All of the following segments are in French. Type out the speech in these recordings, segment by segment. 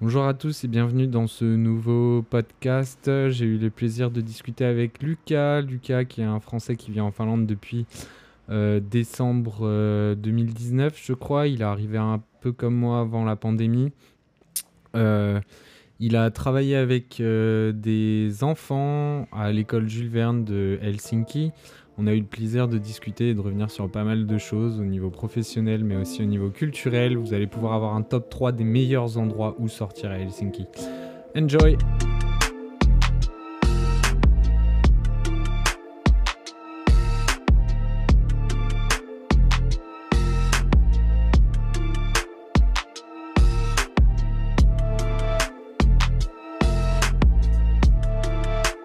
Bonjour à tous et bienvenue dans ce nouveau podcast. J'ai eu le plaisir de discuter avec Lucas. Lucas qui est un Français qui vit en Finlande depuis euh, décembre euh, 2019 je crois. Il est arrivé un peu comme moi avant la pandémie. Euh, il a travaillé avec euh, des enfants à l'école Jules Verne de Helsinki. On a eu le plaisir de discuter et de revenir sur pas mal de choses au niveau professionnel mais aussi au niveau culturel. Vous allez pouvoir avoir un top 3 des meilleurs endroits où sortir à Helsinki. Enjoy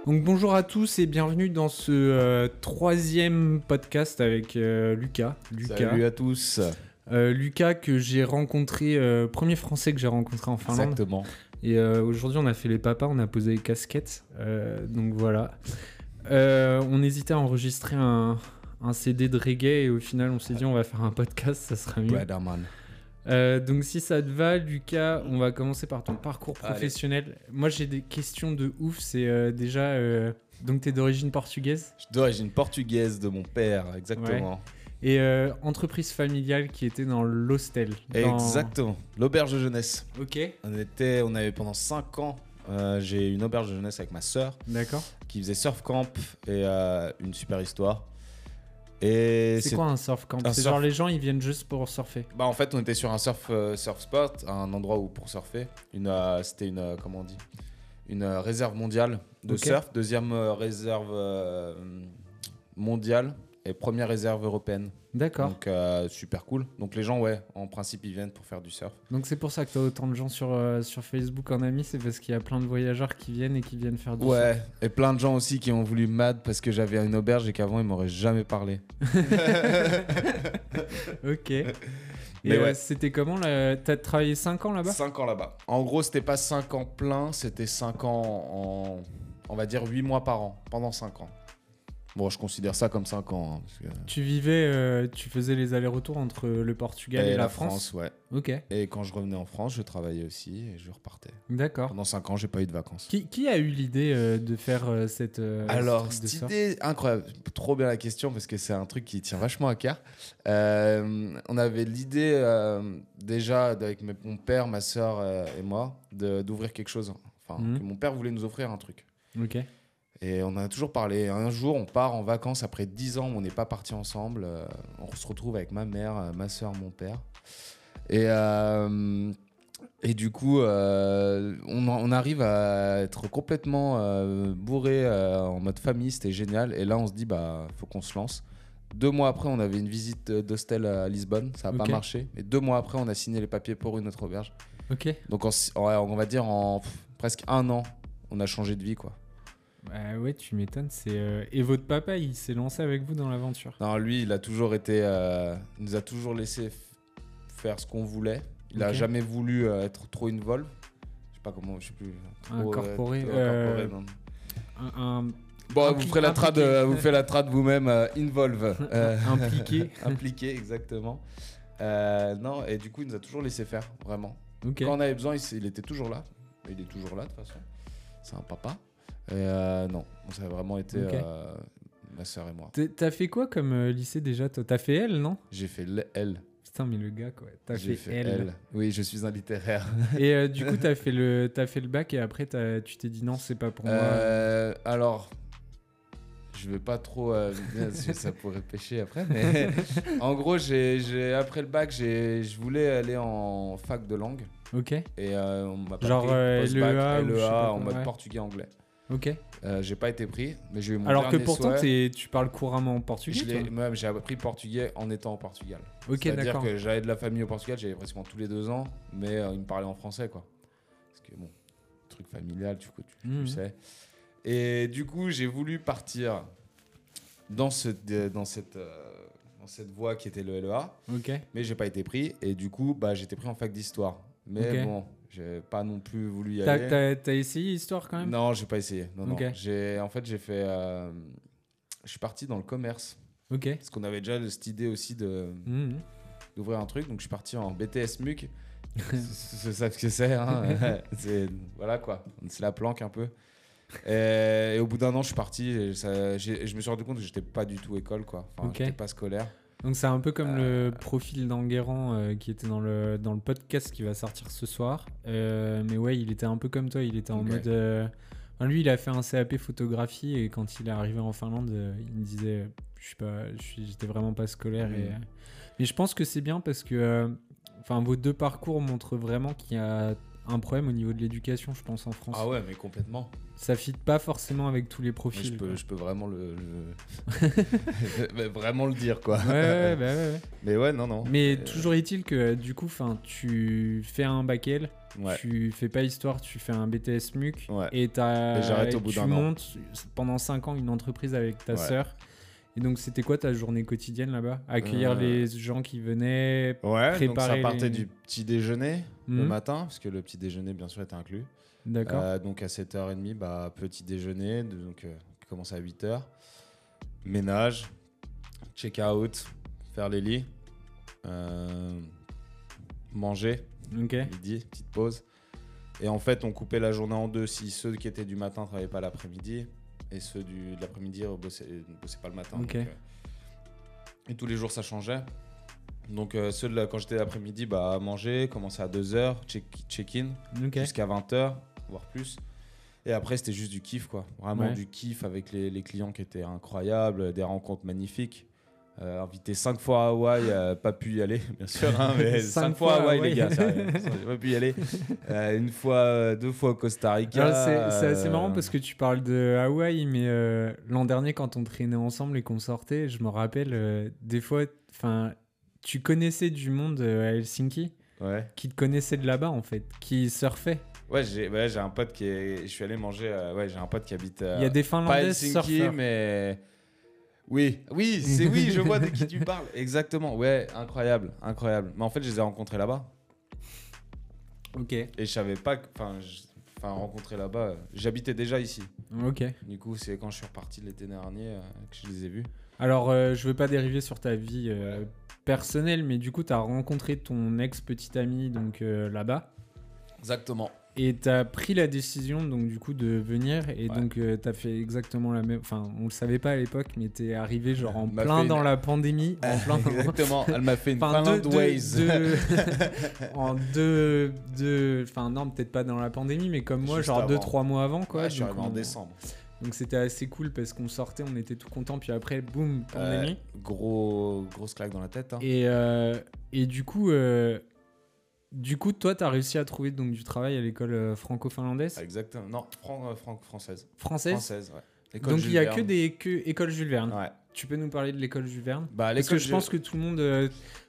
Donc bonjour à tous et bienvenue dans ce euh, troisième podcast avec euh, Lucas. Lucas. Salut à tous. Euh, Lucas que j'ai rencontré, euh, premier français que j'ai rencontré en Finlande. Exactement. Et euh, aujourd'hui, on a fait les papas, on a posé les casquettes. Euh, donc voilà. Euh, on hésitait à enregistrer un, un CD de reggae et au final, on s'est dit on va faire un podcast, ça sera mieux. Brotherman. Euh, donc si ça te va, Lucas, on va commencer par ton parcours Allez. professionnel. Moi, j'ai des questions de ouf. C'est euh, déjà. euh, donc, t'es d'origine portugaise Je suis d'origine portugaise de mon père, exactement. et euh, entreprise familiale qui était dans l'hostel. dans- Exactement. L'auberge de jeunesse. Ok, On était, on avait pendant 5 ans, euh, j'ai eu une auberge de jeunesse avec ma sœur d'accord. qui faisait surf camp et euh, une super histoire. Et C'est quoi un surf camp un C'est surf- genre les gens, ils viennent juste pour surfer. Bah en fait, on était sur un surf euh, surf spot, un endroit où pour surfer. Une, euh, c'était une euh, comment on dit, une euh, réserve mondiale de Ok. surf, deuxième euh, réserve euh, mondiale et première réserve européenne. D'accord. Donc euh, super cool. Donc les gens ouais, en principe ils viennent pour faire du surf. Donc c'est pour ça que t'as autant de gens sur, euh, sur Facebook en ami, c'est parce qu'il y a plein de voyageurs qui viennent et qui viennent faire du surf. Ouais. Et plein de gens aussi qui ont voulu mad parce que j'avais une auberge et qu'avant ils m'auraient jamais parlé. Ok. Et Mais euh, ouais. c'était comment là T'as travaillé 5 ans là-bas 5 ans là-bas. En gros, c'était pas 5 ans plein, c'était 5 ans en. On va dire 8 mois par an, pendant 5 ans. Bon, je considère ça comme 5 ans. hein, parce que- Tu vivais, euh, tu faisais les allers-retours entre le Portugal et, la, France. ouais. Ok, Et quand je revenais en France, je travaillais aussi et je repartais. d'accord. Pendant 5 ans, j'ai pas eu de vacances. Qui, qui a eu l'idée euh, de faire euh, cette. euh, Alors, ce truc de cette surf idée incroyable, trop bien la question parce que c'est un truc qui tient vachement à cœur. Euh, on avait l'idée euh, déjà avec mes- mon père, ma soeur et moi de- d'ouvrir quelque chose. Enfin, Mhm. que mon père voulait nous offrir un truc. Ok. Et on en a toujours parlé. Un jour, on part en vacances après 10 ans où on n'est pas parti ensemble. Euh, on se retrouve avec ma mère, euh, ma soeur, mon père. Et, euh, et du coup, euh, on, en- on arrive à être complètement euh, bourré euh, en mode famille. C'était génial. Et là, on se dit, bah, faut qu'on se lance. Deux mois après, on avait une visite d'hostel à Lisbonne. Ça n'a Ok. pas marché. Mais deux mois après, on a signé les papiers pour une autre auberge. Ok. Donc, en si- ouais, on va dire en pff, presque un an, on a changé de vie, quoi. Bah ouais, tu m'étonnes. C'est euh, et votre papa, il s'est lancé avec vous dans l'aventure. Non, lui, il a toujours été. euh, il nous a toujours laissé f- faire ce qu'on voulait. Il a Ok. jamais voulu euh, être trop involve. Je sais pas comment, je sais plus. Trop, euh, Incorporé, trop euh, incorporé, non. Un, un- Bon, impli- vous ferez la trad, impliqué. euh, vous ferez la trad vous-même. euh, involve. Euh, impliqué. impliqué, exactement. Euh, non, et du coup, il nous a toujours laissé faire, vraiment. Ok. Quand on avait besoin, il, s- il était toujours là. Il est toujours là, de toute façon. C'est un papa. Et euh, non, ça a vraiment été Ok. euh, ma soeur et moi. T'es- T'as fait quoi comme euh, lycée déjà toi T'as fait L, non J'ai fait l- elle. Putain, mais le gars, quoi. T'as J'ai fait, L. Oui, je suis un littéraire. Et euh, du coup, t'as fait, le, t'as fait le bac et après, t'as- tu t'es dit non, c'est pas pour moi. Euh, alors, je vais pas trop. euh, parce que ça pourrait pêcher après, mais en gros, j'ai, j'ai- après le bac, j'ai, je voulais aller en fac de langue Ok, et euh, on m'a pas Genre, pris. euh, Post-bac, LEA ou je sais LEA, pas en quoi, mode ouais. portugais-anglais. ok. Euh, j'ai pas été pris, mais j'ai eu mon Alors que dernier pourtant, souhait. t'es- tu parles couramment Je portugais. l'ai- toi. même, j'ai appris le portugais en étant au Portugal. Ok, C'est-à-dire d'accord. que j'avais de la famille au Portugal, j'avais pratiquement tous les deux ans, mais euh, ils me parlaient en français, quoi. Parce que, bon, truc familial, du coup, tu, tu Mhm. sais. Et du coup, j'ai voulu partir dans, ce, de- dans, cette, euh, dans cette voie qui était le LEA, Ok, mais j'ai pas été pris, et du coup, bah, j'étais pris en fac d'histoire. Mais Ok. bon, j'ai pas non plus voulu y T'as- aller. t'as t'as essayé histoire quand même Non, j'ai pas essayé. Non, Ok. non. J'ai, en fait, j'ai fait. euh, je suis parti dans le commerce. Ok. Parce qu'on avait déjà cette idée aussi de Mhm. d'ouvrir un truc. Donc je suis parti en BTS MUC c'est ça ce que c'est. hein. C'est- voilà quoi. C'est la planque un peu. Et, et au bout d'un an, je suis parti. et ça- j'ai- je me suis rendu compte que j'étais pas du tout école quoi. Enfin, Ok. j'étais pas scolaire. Donc c'est un peu comme Euh. le profil d'Enguerrand euh, qui était dans le, dans le podcast qui va sortir ce soir. Euh, mais ouais, il était un peu comme toi, il était en Ok. mode... euh, enfin, lui, il a fait un CAP photographie et quand il est arrivé en Finlande, euh, il me disait, je suis pas, je suis- j'étais vraiment pas scolaire. Et, euh, Mhm. mais je pense que c'est bien parce que euh, enfin vos deux parcours montrent vraiment qu'il y a un problème au niveau de l'éducation, je pense, en France. Ah ouais, mais complètement. Ça fit pas forcément avec tous les Mais profils. je peux, quoi. je peux vraiment le, le- mais vraiment le dire quoi. Ouais, ouais, bah ouais, ouais. Mais ouais, non, non. Mais Euh, toujours est-il que euh, du coup, enfin, tu fais un bac L, ouais. tu fais pas histoire, tu fais un BTS MUC Ouais. et, t'as- Et j'arrête au bout tu d'un an. montes pendant 5 ans une entreprise avec ta Ouais. sœur. Et donc c'était quoi ta journée quotidienne là-bas Accueillir Euh. les gens qui venaient Ouais, donc ça préparer partait les- du petit déjeuner le Mhm. matin, parce que le petit déjeuner, bien sûr, était inclus. D'accord. Euh, donc à 7h30, bah, petit déjeuner, de- donc, euh, qui commence à 8h. Ménage, check-out, faire les lits, euh, manger, ok. midi, petite pause. Et en fait, on coupait la journée en deux. Si ceux qui étaient du matin ne travaillaient pas l'après-midi, et ceux du, de l'après-midi ne bossaient, ne bossaient pas le matin. Ok. donc, euh, et tous les jours, ça changeait. Donc euh, ceux de la, quand j'étais l'après-midi, bah, manger, commencer à 2h, check- check-in Ok. jusqu'à 20h, voire plus. Et après, c'était juste du kiff, quoi. Vraiment Ouais. du kiff avec les, les clients qui étaient incroyables, des rencontres magnifiques. Euh, invité 5 fois à Hawaï, euh, pas pu y aller, bien sûr, hein, mais Cinq 5 fois à fois à Hawaï, Hawaï. les gars, sérieux, j'ai pas pu y aller. Euh, une fois, euh, deux fois au Costa Rica. Alors, Ah, c'est c'est assez euh, marrant parce que tu parles de Hawaï, mais euh, l'an dernier, quand on traînait ensemble et qu'on sortait, je me rappelle, euh, des fois, enfin, tu connaissais du monde euh, à Helsinki Ouais, qui te connaissait de là-bas, en fait, qui surfait. ouais j'ai ouais, j'ai un pote qui est. Je suis allé manger. euh, ouais, j'ai un pote qui habite. euh, Il y a des pas Finlandais Helsinki, surfeurs. mais oui, oui, c'est oui, je vois de qui tu parles. Exactement, ouais, incroyable, incroyable. Mais en fait, je les ai rencontrés là-bas Ok. et je savais pas, que- enfin, je- enfin, rencontrés là-bas. euh, J'habitais déjà ici. Ok. Du coup, c'est quand je suis reparti l'été dernier euh, que je les ai vus. Alors, euh, je veux pas dériver sur ta vie euh, personnelle, mais du coup, t'as rencontré ton ex-petite amie donc euh, là-bas, Exactement. et t'as pris la décision donc du coup de venir, et Ouais. donc euh, t'as fait exactement la même. Enfin, on le savait pas à l'époque, mais t'es arrivé genre en M'a plein fait dans une- la pandémie, en plein. Exactement. Elle m'a fait une Enfin, deux- Finland deux- Ways. deux- en deux, deux, enfin non, peut-être pas dans la pandémie, mais comme moi, Juste genre deux, avant. trois mois avant, quoi. Ouais, je suis donc arrivé en on- décembre. Donc c'était assez cool parce qu'on sortait, on était tout content, puis après, boum, pandémie. Ouais, gros, grosse claque dans la tête. hein. Et, euh, et du coup, euh, du coup, toi, t'as réussi à trouver donc du travail à l'école euh, franco-finlandaise, Exactement. Non, Fran- euh, Fran- française. française. Française, ouais. École Donc Jules il y a que Verne. des que écoles Jules Verne. Ouais. Tu peux nous parler de l'école Jules Verne Bah, Parce que l'école je Jules- pense que tout le monde, euh,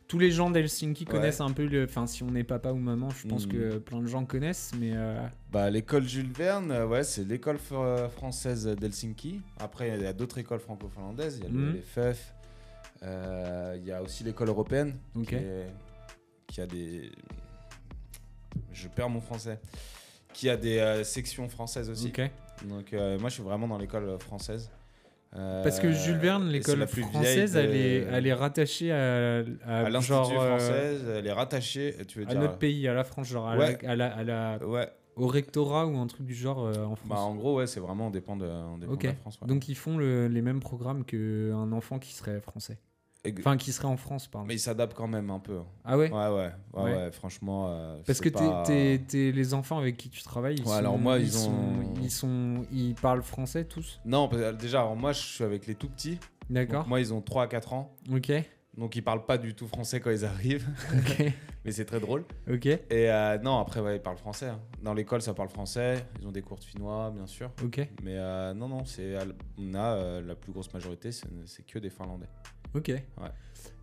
tous les gens d'Helsinki Ouais. connaissent un peu le. Enfin, si on est papa ou maman, je pense Mhm. que plein de gens connaissent, mais euh, Bah, l'école Jules Verne, euh, ouais, c'est l'école fr- euh, française d'Helsinki. Après, il y a d'autres écoles franco-finlandaises. Il y a le- Mhm. les FEF. Euh, il y a aussi l'école européenne. Ok. Qui, est- qui a des. Je perds mon français. Qui a des euh, sections françaises aussi. ok. Donc, euh, moi, je suis vraiment dans l'école française. Euh, Parce que Jules Verne, et c'est l'école la plus vieille française, de- elle est, elle est rattachée à, à, à l'Institut genre, euh, français. Elle est rattachée, tu veux à dire. euh, notre pays, à la France, genre à Ouais. la- à la- à la Ouais. au rectorat ou un truc du genre euh, en Bah, France. en gros, ouais, c'est vraiment, on dépend de, on dépend Ok. de la France. ouais. Donc ils font le- les mêmes programmes qu'un enfant qui serait français. Et- Enfin, qui serait en France, pardon. Mais il s'adapte quand même un peu. Ah ouais, Ouais, ouais, ouais, Ouais. ouais, franchement. euh, Parce c'est que t'es- pas- t'es- t'es- les enfants avec qui tu travailles, ils, Ouais, sont, alors moi, ils, ils ont- sont, ils sont- ils parlent français tous Non, parce que déjà, alors moi, je suis avec les tout petits. D'accord Donc, moi, ils ont 3 à 4 ans. Ok, Donc, ils parlent pas du tout français quand ils arrivent. ok, mais c'est très drôle. ok, Et euh, non, après, ouais, ils parlent français. hein. Dans l'école, ça parle français. Ils ont des cours de finnois, bien sûr. ok, Mais euh, non, non, c'est on a euh, la plus grosse majorité, c'est c'est que des Finlandais. ok.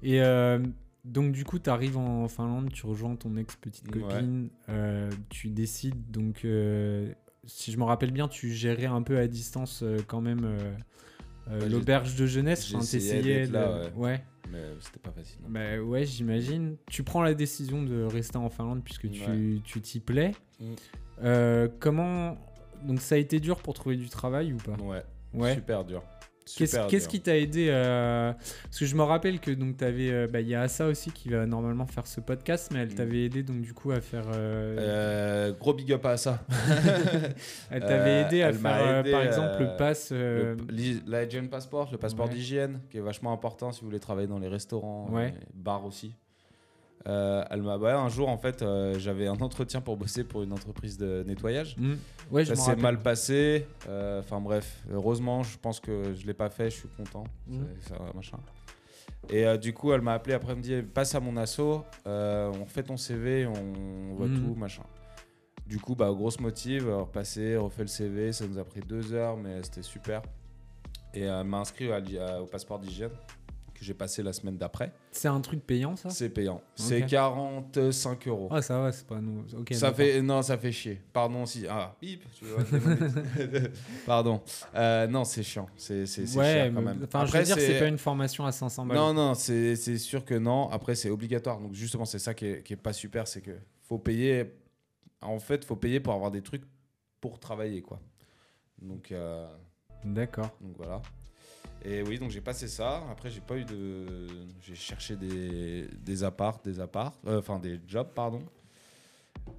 Et euh, donc du coup, t'arrives en Finlande, tu rejoins ton ex-petite Ouais. copine, euh, tu décides donc, euh, si je me rappelle bien, tu gérais un peu à distance euh, quand même euh, euh, Bah, j'ai- l'auberge de jeunesse, enfin j'essayais t'essayais d'être de... là, ouais. ouais. Mais euh, c'était pas facile. non. Bah ouais, j'imagine. Tu prends la décision de rester en Finlande puisque tu Ouais. tu t'y plais. Mm. Euh, comment... Donc ça a été dur pour trouver du travail ou pas Ouais, Ouais. super dur. Qu'est-ce Super qu'est-ce dur. qui t'a aidé euh, Parce que je me rappelle que donc t'avais, euh, bah, il y a Assa aussi qui va normalement faire ce podcast, mais elle Mm. t'avait aidé donc du coup à faire, euh, Euh, gros big up à ça. elle t'avait euh, aidé à elle m'a faire euh, aidé, par exemple euh, le pass. euh, Le- l'hy- L'hygiene passport, le passeport Ouais. d'hygiène, qui est vachement important si vous voulez travailler dans les restaurants, Ouais. les bars aussi. Euh, elle m'a bah, un jour en fait, euh, j'avais un entretien pour bosser pour une entreprise de nettoyage. Mm. Ouais, je Ça m'en s'est rappelle. mal passé. euh, Enfin bref, heureusement, je pense que je l'ai pas fait. Je suis content. Mhm. C'est- c'est un machin. Et euh, du coup, elle m'a appelé après, elle me dit passe à mon assaut, euh, on refait ton CV, on voit Mhm. tout, machin. Du coup, bah, grosse motive, euh, repassé, refait le CV, ça nous a pris deux heures, mais c'était super. Et euh, elle m'a inscrit à l'hy- à- au passeport d'hygiène que j'ai passé la semaine d'après. C'est un truc payant ça C'est payant. C'est 45 euros. Ah ça va, c'est pas nous. Ok. Ça d'accord. fait non, ça fait chier. Pardon si ah bip. tu vois, démonétisé. Pardon. Euh, non, c'est chiant. C'est c'est c'est Ouais, cher quand mais- même. enfin je Après, veux dire, c'est pas une formation à 500 balles. Non non, c'est c'est sûr que non. Après c'est obligatoire. Donc justement, c'est ça qui est, qui est pas super, c'est que faut payer. En fait, faut payer pour avoir des trucs pour travailler quoi. Donc euh, D'accord. donc voilà. Et oui, donc j'ai passé ça. Après, j'ai pas eu de. J'ai cherché des, des apparts, des apparts, euh, enfin des jobs, pardon.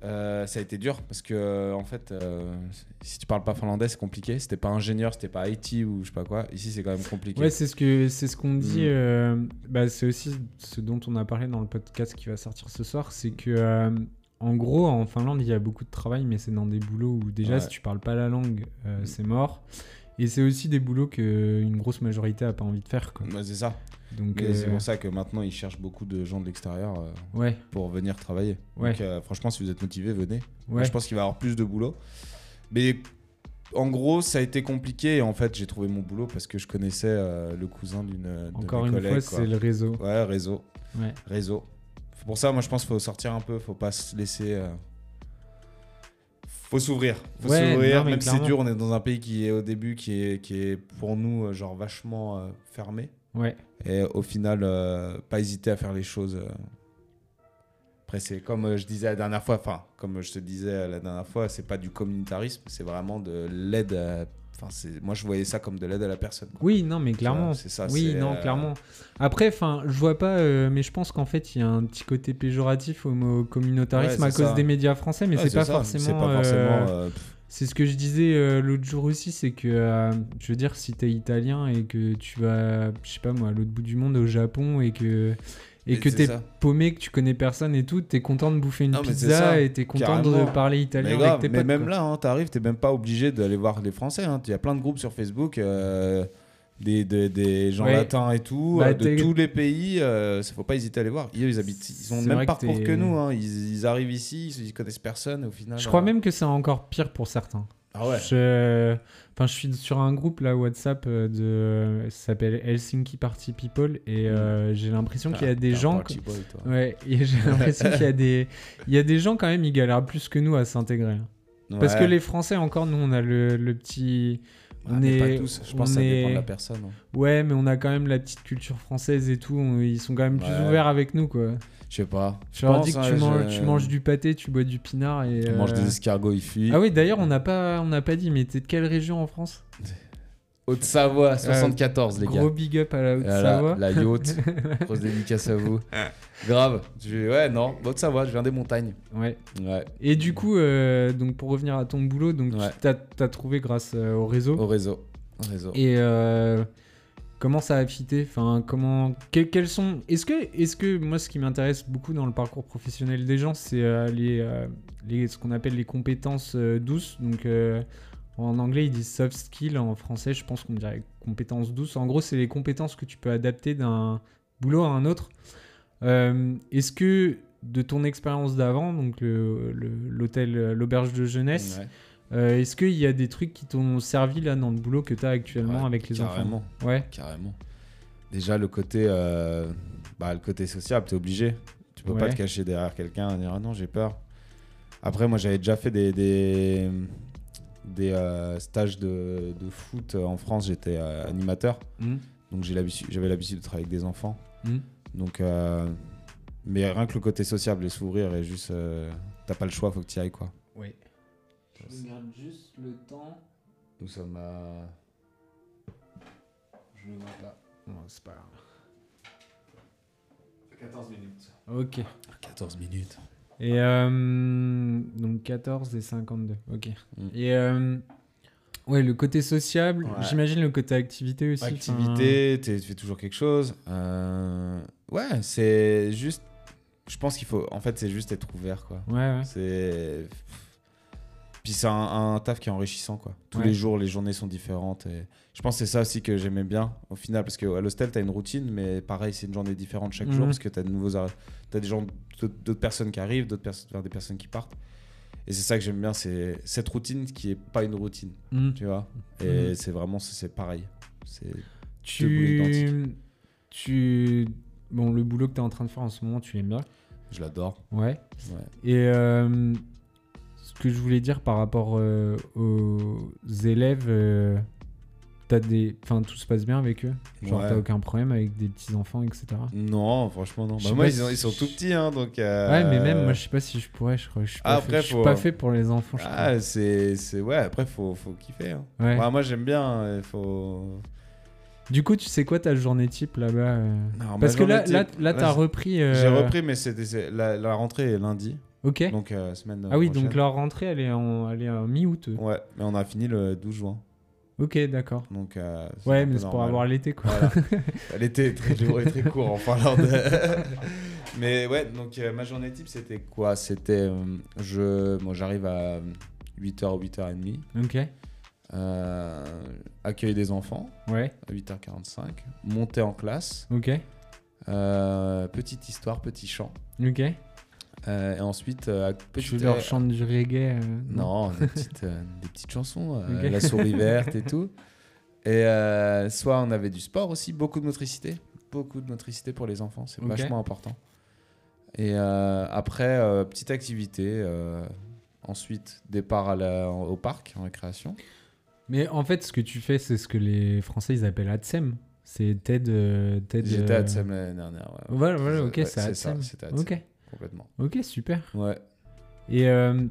Euh, ça a été dur parce que, en fait, euh, si tu parles pas finlandais, c'est compliqué. C'était pas ingénieur, c'était pas IT ou je sais pas quoi. Ici, c'est quand même compliqué. Ouais, c'est ce que c'est ce qu'on dit. Mm. euh, bah, c'est aussi ce dont on a parlé dans le podcast qui va sortir ce soir, c'est que euh, en gros, en Finlande, il y a beaucoup de travail, mais c'est dans des boulots où déjà, Ouais. si tu parles pas la langue, euh, Mm. c'est mort. Et c'est aussi des boulots que une grosse majorité a pas envie de faire, quoi. Ouais, c'est ça. Donc, Mais euh, C'est pour ça que maintenant, ils cherchent beaucoup de gens de l'extérieur euh, ouais, pour venir travailler. ouais, Donc, euh, franchement, si vous êtes motivé, venez. Moi, ouais. Je pense qu'il va y avoir plus de boulot. Mais en gros, ça a été compliqué. Et en fait, j'ai trouvé mon boulot parce que je connaissais euh, le cousin d'une de Encore mes une collègues, fois, quoi. c'est le réseau. Ouais, réseau. Ouais. Réseau. C'est Pour ça, moi, je pense qu'il faut sortir un peu. faut pas se laisser. euh, Faut s'ouvrir. Faut Ouais, non, s'ouvrir. mais Même si c'est clairement. dur, on est dans un pays qui est au début, qui est, qui est pour nous, euh, genre vachement euh, fermé. Ouais. Et au final, euh, pas hésiter à faire les choses. euh. Après, c'est comme euh, je disais la dernière fois, enfin, comme je te disais euh, la dernière fois, c'est pas du communautarisme, c'est vraiment de l'aide. à- Enfin, c'est- moi, je voyais ça comme de l'aide à la personne. quoi. Oui, non, mais clairement. C'est ça, oui, c'est, non, euh, clairement. Après, enfin, je vois pas, euh, mais je pense qu'en fait, il y a un petit côté péjoratif au mot communautarisme Ouais, à c'est cause ça. des médias français, mais ouais, c'est pas, ça, forcément. C'est pas forcément. euh, euh, pff, C'est ce que je disais euh, l'autre jour aussi, c'est que, euh, je veux dire, si t'es italien et que tu vas, je sais pas moi, à l'autre bout du monde, au Japon, et que et mais que c'est t'es ça. paumé, que tu connais personne et tout, t'es content de bouffer une Non, mais c'est pizza ça, et t'es content de carrément. parler Mais, italien avec grave, tes mais potes. même quoi. là, hein, t'arrives, t'es même pas obligé d'aller voir les Français. hein. Il y a plein de groupes sur Facebook, euh, des, des- des gens Ouais. latins et tout, Bah, euh, de t'es- tous les pays. euh, ça faut pas hésiter à les voir. Ils, ils habitent, ils C'est ont le vrai même que parcours t'es- que, nous. hein. Ils, ils arrivent ici, ils, ils connaissent personne. et Au final, Je euh, crois même que c'est encore pire pour certains. Ah ouais. Je... Enfin, je suis sur un groupe là WhatsApp euh, de, ça s'appelle Helsinki Party People et euh, j'ai l'impression qu'il y a des Ah, T'es un gens. party boy, toi. Ouais, et j'ai l'impression qu'il y a des, il y a des gens quand même, ils galèrent plus que nous à s'intégrer. hein. Parce Ouais. que les Français encore, nous on a le, le petit, Ah, on mais est, pas tous. Je on pense que ça dépend est- de la personne. hein. ouais, mais on a quand même la petite culture française et tout. on- ils sont quand même plus Ouais. ouverts avec nous quoi. Je sais pas. Je leur pense, dis que hein, tu, je- manges, tu manges du pâté, tu bois du pinard et. On mange euh, des escargots, ils fuient. Ah oui, d'ailleurs on n'a pas, on n'a pas dit, mais t'es de quelle région en France Haute-Savoie, 74, les gars. Gros big up à la Haute-Savoie. Voilà, Ah, la yacht. Grosse dédicace à vous. Grave. Je- Ouais, non. Haute Savoie, je viens des montagnes. Ouais. Ouais. Et du coup, euh, donc pour revenir à ton boulot, donc Ouais. tu t'as- t'as trouvé grâce euh, au réseau. Au réseau. Au réseau. Et euh, comment ça a fité Enfin, comment que- Quels sont Est-ce que, est-ce que moi, ce qui m'intéresse beaucoup dans le parcours professionnel des gens, c'est euh, les, euh, les- ce qu'on appelle les compétences euh, douces. Donc euh, en anglais, ils disent soft skill. En français, je pense qu'on dirait compétences douces. En gros, c'est les compétences que tu peux adapter d'un boulot à un autre. Euh, Est-ce que de ton expérience d'avant, donc le- le- l'hôtel, euh, l'auberge de jeunesse, Ouais, euh, Est-ce qu'il y a des trucs qui t'ont servi là dans le boulot que t'as actuellement Ouais, avec les carrément, enfants Ouais. Carrément. Déjà, le côté, euh, bah, le côté sociable, t'es obligé. Tu peux pas Ouais. te cacher derrière quelqu'un et dire ah non, j'ai peur. Après, moi, j'avais déjà fait des, des, des, euh, stages de, de foot en France. J'étais euh, animateur. Donc j'ai l'habitude- j'avais l'habitude de travailler avec des enfants. Mm. Donc, euh, mais rien que le côté sociable et s'ouvrir et juste, euh, t'as pas le choix, faut que tu ailles quoi. Ouais. Je regarde juste le temps. Nous sommes à Je le note là. Bon, c'est pas grave. 14 minutes. Ok. 14 minutes. Et euh, donc 14 et 52. Ok. Mm. Et euh, ouais, le côté sociable, Ouais. j'imagine le côté activité aussi. Activité, t'es- tu fais toujours quelque chose. Euh, Ouais, c'est juste. Je pense qu'il faut. En fait, c'est juste être ouvert, quoi. Enfin, ouais, ouais. C'est. Puis c'est un, un taf qui est enrichissant, quoi. Tous Ouais. les jours, les journées sont différentes. Et je pense que c'est ça aussi que j'aimais bien au final. Parce qu'à l'hostel, t'as une routine, mais pareil, c'est une journée différente chaque Mhm. jour. Parce que t'as de nouveaux arrêts. T'as des gens, d'autres d'autres personnes qui arrivent, d'autres personnes, enfin, des personnes qui partent. Et c'est ça que j'aime bien, c'est cette routine qui est pas une routine, Mm. tu vois. Et Mhm. c'est vraiment, c'est c'est pareil. C'est boules Tu. Tu. Bon, le boulot que t'es en train de faire en ce moment, tu l'aimes bien. Je l'adore. Ouais. Ouais. Et euh, ce que je voulais dire par rapport euh, aux élèves, euh, t'as des, enfin tout se passe bien avec eux. Genre Ouais. t'as aucun problème avec des petits enfants, etc. Non, franchement, non. Je Bah, sais moi, pas ils, ont- si- ils sont tout petits, hein, donc. euh, Ouais, mais même moi je sais pas si je pourrais. Je crois, je suis pas, Ah, fait, après, je suis faut- pas fait pour les enfants. Je crois. Ah, c'est. c'est- Ouais, après, faut, faut kiffer. hein. Ouais. Ouais, moi, j'aime bien. euh, Faut. Du coup, tu sais quoi ta journée type là-bas euh Non, ma Parce que là, journée là, type- là, t'as j'ai- repris. euh, J'ai repris, mais c'était c'est- la, la rentrée est lundi, Ok. donc euh, semaine. ah oui, prochaine. donc euh, leur rentrée, elle est en, elle est en mi-août. eux. Ouais, mais on a fini le 12 juin, Ok, d'accord. donc. euh, c'est un Ouais, peu mais c'est pour normal. avoir l'été, quoi. Voilà. L'été est très lourd et très court en Finlande. Mais ouais, donc euh, ma journée type, c'était quoi C'était. euh, je. Bon, j'arrive à 8h, 8h30. Ok. Euh, accueil des enfants Ouais. à 8h45. Montée en classe. Ok. euh, petite histoire, petit chant. Ok. Euh, et ensuite, euh, Tu petite- leur chantes du reggae euh, Non, des petites, euh, des petites chansons, euh, Ok. La souris verte et tout. Et euh, soit on avait du sport aussi, beaucoup de motricité. Beaucoup de motricité pour les enfants, c'est Ok. vachement important. Et euh, après, euh, petite activité. euh, ensuite, départ à la- au parc, en récréation. Mais en fait, ce que tu fais, c'est ce que les Français ils appellent ADSEM. C'est TED. euh, TED J'étais euh, à Tsem l'année dernière. ouais, ouais. Voilà, voilà, ok, Ouais, c'est ADSEM. c'était à Tsem, Ok, complètement. ok, super. Ouais, Et euh,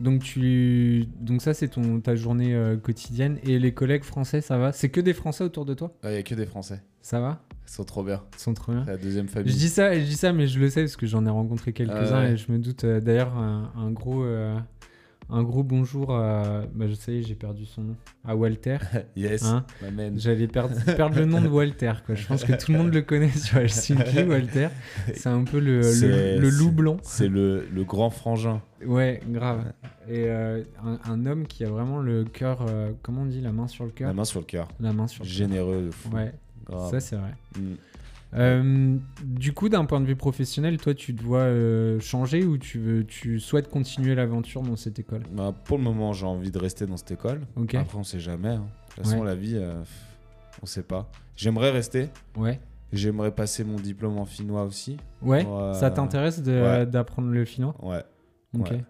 donc tu, donc ça c'est ton ta journée euh, quotidienne et les collègues français, ça va C'est que des Français autour de toi il n'y a que des Français. Ça va Ils sont trop bien. Ils sont trop bien. C'est la deuxième Ah. Je famille. dis ça, je dis ça, mais je le sais parce que j'en ai rencontré quelques-uns Ah ouais. et je me doute. euh, D'ailleurs, un, un gros, euh, un gros bonjour. À, bah, je sais, j'ai perdu son nom. À Walter. Yes, Hein m'amène. J'allais perdre, perdre le nom de Walter. Quoi. Je pense que tout le monde le connaît sur Helsinki, Walter. C'est un peu le, le, C'est- le loup blanc. C'est le, le grand frangin. Ouais, grave. Et euh, un, un homme qui a vraiment le cœur, euh, comment on dit, la main sur le La cœur main sur le cœur. La main sur le cœur. Généreux de fou. Ouais, Grave. ça c'est vrai. Mm. Euh, du coup, d'un point de vue professionnel, toi, tu te vois euh, changer ou tu, veux, tu souhaites continuer l'aventure dans cette école Bah, pour le moment, j'ai envie de rester dans cette école. Ok. Après, on sait jamais. hein. De toute façon, Ouais. la vie, euh, pff, on sait pas. J'aimerais rester. Ouais. J'aimerais passer mon diplôme en finnois aussi. Ouais, Ouais. ça t'intéresse de- Oh, euh, Ouais. d'apprendre le finnois Ouais. Ok. Ouais.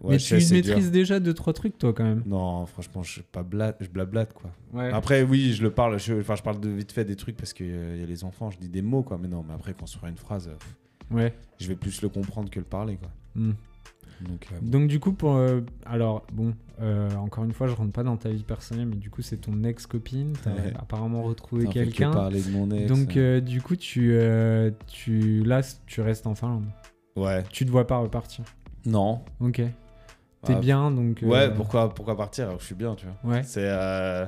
Ouais, Mais je tu sais, c'est maîtrises déjà deux, trois trucs, toi, quand même. dur. Non, franchement, je, suis pas bla... je blablate, quoi. Ouais. Après, oui, je le parle. Je, enfin, je parle de vite fait des trucs parce qu'il y a les enfants, je dis des mots, quoi. Mais non, mais après, construire une phrase, euh, pff, Ouais. je vais plus le comprendre que le parler, quoi. Hmm. Donc, euh, Donc du coup, pour, euh, alors bon, euh, encore une fois, je rentre pas dans ta vie personnelle, mais du coup, c'est ton ex-copine, t'as Ouais. apparemment retrouvé putain, fait que quelqu'un. Parler de mon ex. Donc euh, euh, du coup, tu, euh, tu, là, c- tu restes en Finlande. Ouais. Tu te vois pas repartir. Non. Ok. T'es Ah, bien, donc. euh, Ouais, pourquoi, pourquoi partir alors que Je suis bien, tu vois. Ouais. C'est. euh,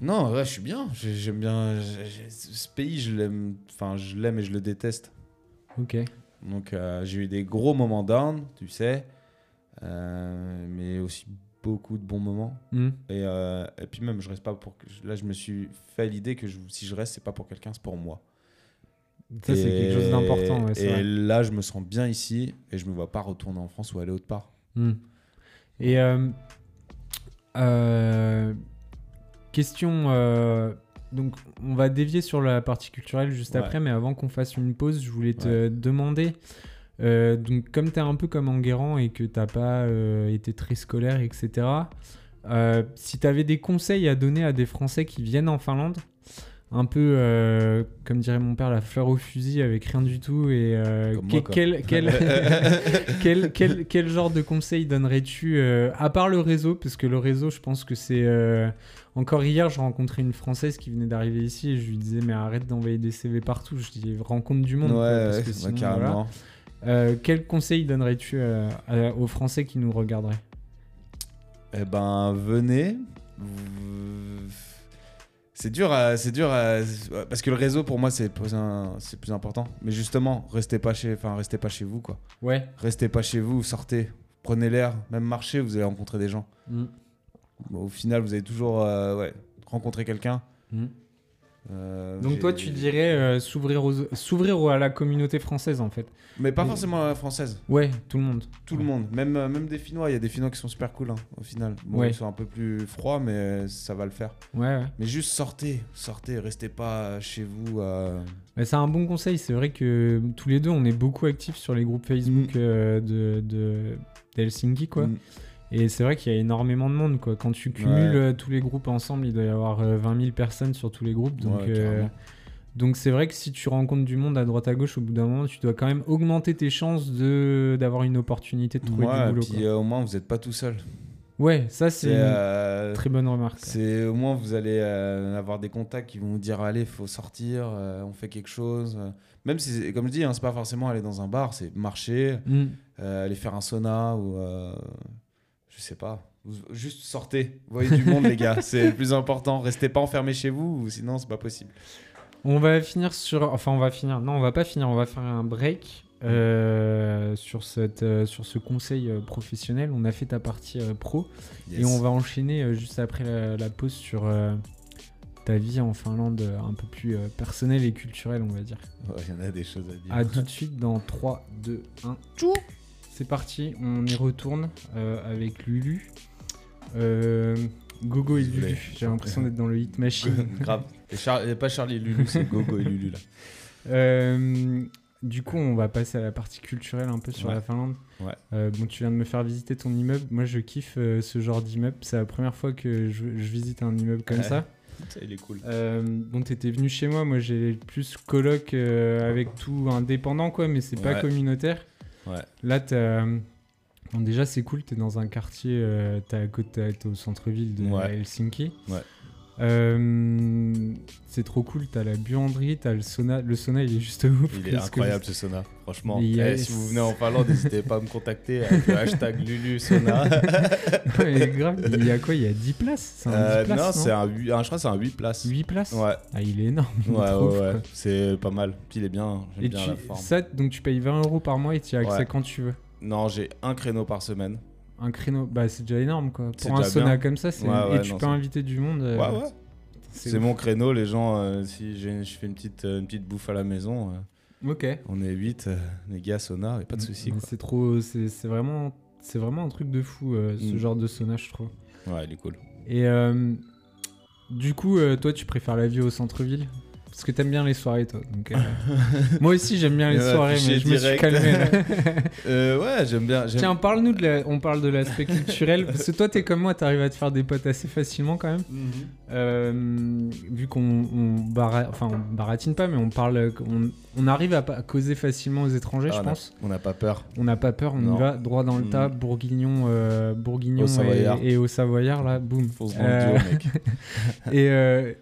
Non, ouais, je suis bien. J'ai- J'aime bien. j'ai- j'ai- Ce pays, je l'aime. Enfin, je l'aime et je le déteste. Ok. Donc, euh, j'ai eu des gros moments down, tu sais. euh, mais aussi beaucoup de bons moments. Hmm. Et, euh, et puis même, je reste pas pour. que- Là, je me suis fait l'idée que je- si je reste, c'est pas pour quelqu'un, c'est pour moi. Ça c'est Et- quelque chose d'important. Ouais, c'est et vrai. là, je me sens bien ici et je me vois pas retourner en France ou aller autre part. Hmm. Et euh, euh, question. euh, donc, on va dévier sur la partie culturelle juste Ouais. après, mais avant qu'on fasse une pause, je voulais te demander. euh, donc, comme tu es un peu comme Enguerrand et que t'as pas euh, été très scolaire, etc., euh, si tu avais des conseils à donner à des Français qui viennent en Finlande un peu, euh, comme dirait mon père, la fleur au fusil avec rien du tout. Et euh, Comme que- moi, quoi. quel, quel, quel, quel- quel genre de conseil donnerais-tu, euh, à part le réseau Parce que le réseau, je pense que c'est. euh, Encore hier, je rencontrais une Française qui venait d'arriver ici et je lui disais, mais arrête d'envoyer des CV partout. Je dis, rencontre du monde. Ouais, quoi, parce ouais, que ouais, sinon, voilà. carrément. Euh, quel conseil donnerais-tu euh, à- aux Français qui nous regarderaient Eh ben, venez. Vous- C'est dur, à- c'est dur à- parce que le réseau pour moi c'est plus, un- c'est plus important. Mais justement, restez pas chez, enfin restez pas chez vous quoi. Ouais. Restez pas chez vous, sortez, prenez l'air, même marchez, vous allez rencontrer des gens. Mm. Bon, au final, vous allez toujours euh, ouais, rencontrer quelqu'un. Hmm. Euh, Donc j'ai- toi, tu dirais euh, s'ouvrir aux- s'ouvrir au- à la communauté française en fait. Mais pas forcément la française. Ouais, tout le monde. Tout le monde, même, euh, même des Finnois, il y a des Finnois qui sont super cool hein, au final. Bon, Ouais. Ils sont un peu plus froids, mais euh, ça va le faire. Ouais, ouais. Mais juste sortez, sortez, restez pas chez vous. euh, Bah, c'est un bon conseil. C'est vrai que tous les deux, on est beaucoup actifs sur les groupes Facebook euh, de, de d'Helsinki, quoi. Mm. Et c'est vrai qu'il y a énormément de monde, quoi. Quand tu cumules Ouais. euh, tous les groupes ensemble, il doit y avoir euh, 20 000 personnes sur tous les groupes. Donc, Ouais, euh, carrément. donc c'est vrai que si tu rencontres du monde à droite à gauche, au bout d'un moment, tu dois quand même augmenter tes chances de d'avoir une opportunité de trouver Ouais, du boulot. puis quoi. euh, au moins vous n'êtes pas tout seul. Ouais, ça c'est C'est une euh, très bonne remarque. c'est- au moins vous allez euh, avoir des contacts qui vont vous dire allez faut sortir, euh, on fait quelque chose. euh. Même si c'est- comme je dis, hein, c'est pas forcément aller dans un bar, c'est marcher, Mm. euh, aller faire un sauna ou euh, je sais pas. Vous- Juste sortez, voyez du monde les gars, c'est le plus important. Restez pas enfermés chez vous, ou sinon c'est pas possible. On va finir sur. Enfin, on va finir. Non, on va pas finir. On va faire un break euh, sur, cette, euh, sur ce conseil euh, professionnel. On a fait ta partie euh, pro. Et on va enchaîner euh, juste après la, la pause sur euh, ta vie en Finlande euh, un peu plus euh, personnelle et culturelle, on va dire. Il y en a des choses à dire. À tout de suite dans 3, 2, 1. C'est parti, on y retourne euh, avec Lulu. Euh, Gogo et Désolé. Lulu, j'ai l'impression d'être dans le hit machine. Grave. Et Char- et pas Charlie et Lulu, c'est Gogo et Lulu là. Euh, du coup, on va passer à la partie culturelle un peu sur Ouais. la Finlande. Ouais. Euh, bon, tu viens de me faire visiter ton immeuble. Moi, je kiffe euh, ce genre d'immeuble. C'est la première fois que je, je visite un immeuble comme Ouais. ça. Ça, il est cool. Euh, bon, t'étais venu chez moi. Moi, j'ai plus coloc euh, avec tout indépendant, quoi, mais c'est pas Ouais. communautaire. Ouais. Là, t'as. euh, Bon, déjà, c'est cool. T'es dans un quartier. euh, t'es à côté. T'es au centre-ville de Ouais. Helsinki. Ouais. Euh, c'est trop cool. T'as la buanderie. T'as le sauna. Le sauna, il est juste ouf. Il parce est que- incroyable ce sauna, franchement. Yes. Eh, si vous venez en Finlande, n'hésitez pas à me contacter avec le hashtag Lulu sauna. Ouais, grave. Il y a quoi Il y a 10 places C'est un 10 Euh, places, non, c'est un 8, je crois que c'est un 8 places. 8 places Ouais, Ah, il est énorme. ouais, il est ouais, trop ouf, ouais. quoi. c'est pas mal. Puis il est bien, j'aime Et bien tu- la forme. ça, donc tu payes 20 euros par mois et tu y as accès Ouais. quand tu veux. Non, j'ai un créneau par semaine. Un créneau, bah c'est déjà énorme quoi. C'est Pour un déjà sauna bien. comme ça, c'est Ouais, ouais, et tu non, peux c'est- inviter du monde. euh, ouais, ouais. c'est C'est mon créneau, les gens, euh, si j'ai- je fais une petite, euh, une petite bouffe à la maison, euh, ouf. Ok. on est 8, euh, les gars, sauna, et pas de soucis. Mais quoi. C'est trop, c'est c'est vraiment, c'est vraiment un truc de fou euh, ce Mm. genre de sauna, je trouve. Ouais, il est cool. Et euh, du coup, euh, toi, tu préfères la vie au centre-ville parce que t'aimes bien les soirées, toi. donc, euh, Moi aussi, j'aime bien les Il va soirées, mais afficher je me suis direct. calmé. là. Euh, ouais, j'aime bien. j'aime- Tiens, parle-nous de la- on parle de l'aspect culturel. parce que toi, t'es comme moi, t'arrives à te faire des potes assez facilement quand même. Mhm. Euh, vu qu'on on bara- enfin, on baratine pas, mais on parle, on, on arrive à, pa- causer facilement aux étrangers, Ah, je on a- pense. On n'a pas peur. On n'a pas peur, on Non. y va droit dans le Mm. tas, bourguignon, euh, bourguignon Au Savoyard. et, et au Savoyard là, boum. Fonce dans Euh, le dos, mec. et euh,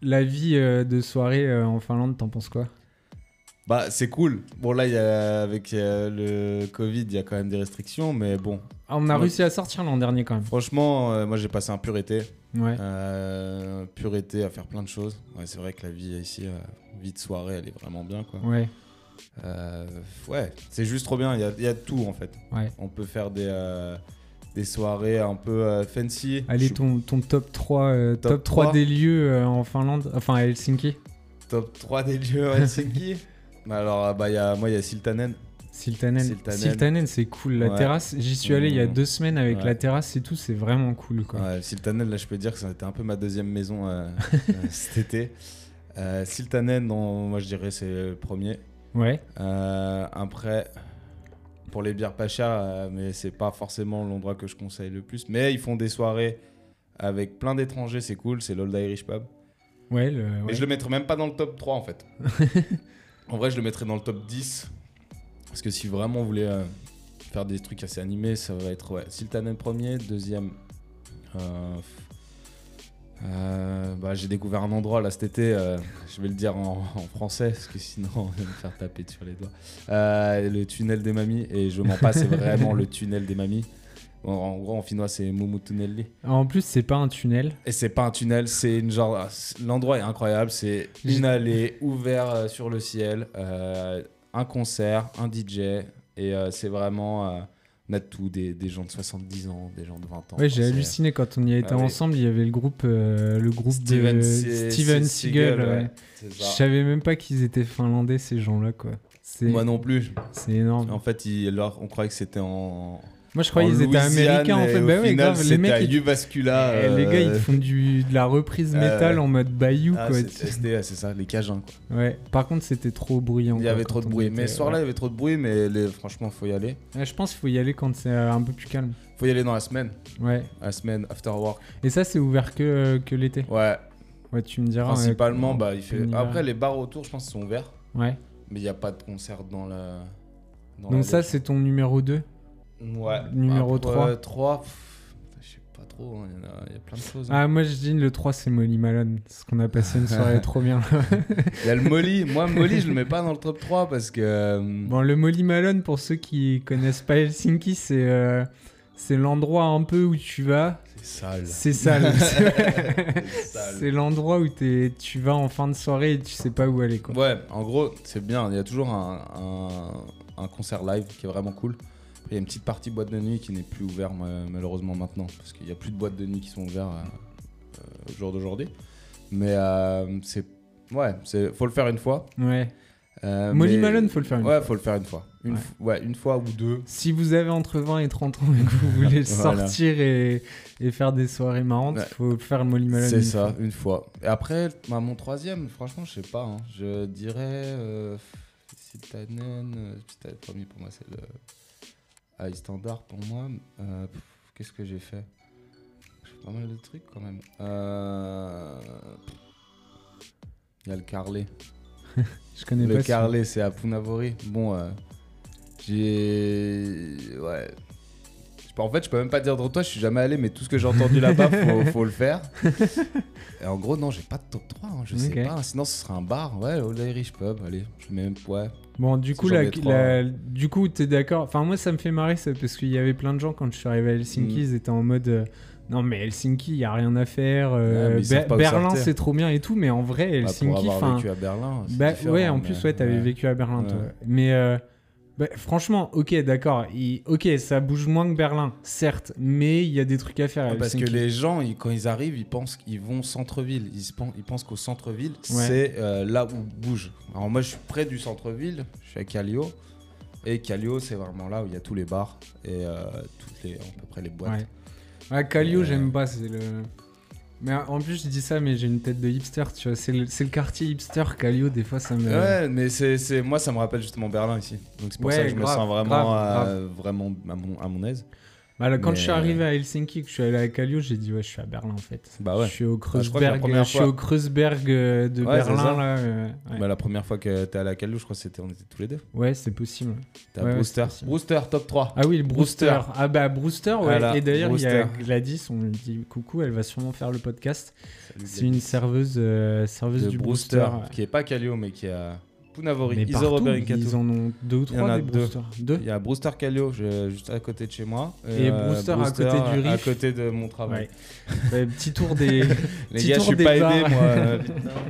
la vie euh, de soirée euh, en Finlande, t'en penses quoi Bah, c'est cool. Bon, là, il y a- avec euh, le Covid, il y a quand même des restrictions, mais bon. Ah, On a Ouais. réussi à sortir l'an dernier quand Franchement, euh, moi, j'ai passé un pur été. même. Ouais. Euh, pur été à faire plein de choses. Ouais, c'est vrai que la vie ici, euh, vie de soirée, elle est vraiment bien, quoi. Ouais. Euh, ouais, c'est juste trop bien. Il y a, il y a tout, en fait. Ouais. On peut faire des, euh, des soirées un peu euh, fancy. Allez, Je- ton, ton top 3, euh, top, Top 3, 3. des lieux euh, en Finlande, enfin à Helsinki. Top 3 des lieux à Helsinki. Mais Alors, euh, bah, il y a, moi, il y a Siltanen. Siltanen. Siltanen, Siltanen. c'est cool. La Ouais. terrasse, j'y suis allé il y a Mhm. deux semaines avec Ouais. la terrasse et tout, c'est vraiment cool quoi. Ouais, Siltanen, là, je peux dire que ça a été un peu ma deuxième maison euh, euh, cet été. Euh, Siltanen, non, moi, je dirais c'est le premier. Ouais. Euh, après, pour les bières pas chères, euh, mais c'est pas forcément l'endroit que je conseille le plus. Mais ils font des soirées avec plein d'étrangers, c'est cool. C'est l'Old Irish Pub. Ouais. Ouais, le- Mais ouais. je le mettrais même pas dans le top 3 en fait. en vrai, je le mettrais dans le top 10. Parce que si vraiment on voulait euh, faire des trucs assez animés, ça va être ouais, Sultanen premier, deuxième. euh, f- euh, bah, j'ai découvert un endroit là cet été, euh, je vais le dire en, en français parce que sinon on va me faire taper sur les doigts. Euh, le tunnel des mamies, et je m'en passe, c'est vraiment le tunnel des mamies. En, en gros, en finnois, c'est Mumutunelli. En plus, c'est pas un tunnel. Et c'est pas un tunnel, c'est une genre. ah, c'est- L'endroit est incroyable, c'est une allée ouverte euh, sur le ciel, euh, un concert, un DJ, et euh, c'est vraiment. euh, on a tout, des, des gens de 70 ans, des gens de 20 ans. Ouais, j'ai Enfin, c'est- halluciné quand on y était Ah oui. ensemble. Il y avait le groupe, euh, le groupe Steven, de Se- Steven Se- Seagal. ouais. c'est Je ça. savais même pas qu'ils étaient finlandais ces gens-là, quoi. C'est Moi non plus. c'est énorme. En fait, il- alors, on croyait que c'était en. Moi, je croyais qu'ils étaient américains en fait. Bah ouais, grave, les mecs, ils- Uvascula. Eh, les gars, ils te font du, de la reprise euh, Ah, métal en mode bayou, quoi. c'est SDA, c'est ça, les Cajuns, quoi. Ouais. Par contre, c'était trop bruyant. Il y quoi, avait quand trop de on bruit. était- Mais ce soir-là, il y avait trop de bruit, mais les- franchement, faut y aller. ouais. Ouais, je pense qu'il faut y aller quand c'est euh, un peu plus calme. Faut y aller dans la semaine. Ouais. La semaine after work. Et ça, c'est ouvert que, euh, que l'été. Ouais, Ouais, tu me diras. euh, principalement, quand- bah, il fait... on y va. après les bars autour, je pense, sont ouverts, Ouais. mais il n'y a pas de concert dans la. dans la Donc ça, loge. c'est ton numéro 2 Ouais. numéro Après, trois. euh, trois, pff, je sais pas trop, hein, il y en a- il y, a plein de choses. hein. Ah, moi, je dis le 3, c'est Molly Malone. Parce qu'on a passé une soirée trop bien. Il y a le Molly. Moi, Molly, je le mets pas dans le top 3 parce que. euh, Bon, le Molly Malone, pour ceux qui connaissent pas Helsinki, c'est euh, c'est l'endroit un peu où tu vas. C'est sale. C'est sale. C'est sale. c'est l'endroit où t'es- tu vas en fin de soirée et tu sais pas où aller. Quoi. Ouais, en gros, c'est bien. Il y a toujours un, un- un concert live qui est vraiment cool. Après, Il y a une petite partie boîte de nuit qui n'est plus ouverte ma- malheureusement maintenant, parce qu'il n'y a plus de boîtes de nuit qui sont ouvertes euh, euh, au jour d'aujourd'hui. Mais euh, c'est. Ouais, c'est, faut le faire une fois. Ouais. Euh, Molly mais- Malone, faut le faire une Ouais, fois. faut le faire une fois. Une, Ouais. f- ouais, une fois ou deux. Si vous avez entre 20 et 30 ans et que vous voulez Voilà. sortir et, et faire des soirées marrantes, Ouais. faut faire le Molly Malone. c'est une ça, fois. une fois. Et après, bah, mon troisième, franchement, je sais pas. hein. Je dirais. Euh, Citanen, euh, putain, le premier pour moi, c'est le. High Standard pour moi. Euh, pff, Qu'est-ce que j'ai fait J'ai fait pas mal de trucs quand même. Euh, pff, Il y a le Carlet. Je connais Le pas. ce- Carlet, c'est à Punavori. Bon, euh, j'ai. Ouais. Je peux- En fait, je peux même pas dire de toi, je suis jamais allé, mais tout ce que j'ai entendu là-bas, faut, faut le faire. Et en gros, non, j'ai pas de top 3, hein, je Ok. sais pas. Sinon, ce serait un bar, ouais, Old Irish Pub, allez, je mets même. Ouais. Bon, du Si coup, j'en la, mets trois. la- du coup, t'es d'accord. Enfin, moi, ça me fait marrer ça, parce qu'il y avait plein de gens quand je suis arrivé à Helsinki, Mm. ils étaient en mode euh, non mais Helsinki, y a rien à faire. euh, Ouais, Ah, mais ils savent Ber- pas où Berlin, sortir. c'est trop bien et tout, mais en vrai, Bah, pour Helsinki, avoir enfin, vécu à Berlin. c'est bah, différent, ouais, en mais- plus, ouais, t'avais vécu à Berlin, toi. Ouais. Mais euh, bah, franchement, ok, d'accord, il- ok, ça bouge moins que Berlin, certes, mais il y a des trucs à faire. à Ah, Parce que Helsinki. les gens, ils- quand ils arrivent, ils pensent qu'ils vont centre-ville. Ils, se pen- ils pensent qu'au centre-ville, c'est euh, là où bouge. Alors moi, je suis près du centre-ville, je suis à Calio. Et Calio, c'est vraiment là où il y a tous les bars et euh, toutes les, à peu près les boîtes. Ouais. Ouais, Calio, Euh, j'aime pas, c'est le. Mais en plus, je dis ça, mais j'ai une tête de hipster, tu vois. C'est le, c'est le quartier hipster, Calio, des fois, ça me. Ouais, mais c'est, c'est- moi, ça me rappelle justement Berlin ici. Donc c'est pour Ouais, ça que je me grave, sens vraiment, grave, euh, vraiment à, mon, à mon aise. Bah, là, quand je suis Mais- arrivé à Helsinki, que je suis allé à Calio, j'ai dit, ouais, je suis à Berlin, en fait. Bah ouais. Je suis au je crois que la Kreuzberg, je, première suis fois- au Kreuzberg euh, de Ouais, c'est Berlin, ça. là. euh, ouais, Bah, la première fois que t'es allé à Calio, je crois que c'était, on était tous les deux. Ouais, c'est possible. T'es à Ouais, ouais, Brewster. c'est possible. Brewster, top 3. Ah oui, le Brewster. Brewster. Ah bah, Brewster, ouais. Voilà, Et d'ailleurs, il y a Brewster. Gladys, on lui dit coucou, elle va sûrement faire le podcast. Salut, C'est une serveuse, euh, serveuse de du Brewster, Brewster. qui est pas Calio mais qui est à Punavori, Mais Iso partout, Robert Incato. ils en ont deux ou Il y en trois a des deux. Brewster. Deux Il y a Brewster Calio je- juste à côté de chez moi. Euh, Et Brewster à côté du à Riff. côté de mon travail. Ouais. Ouais, petit tour des Les Petit gars, je tour suis des pas bars. aidé moi.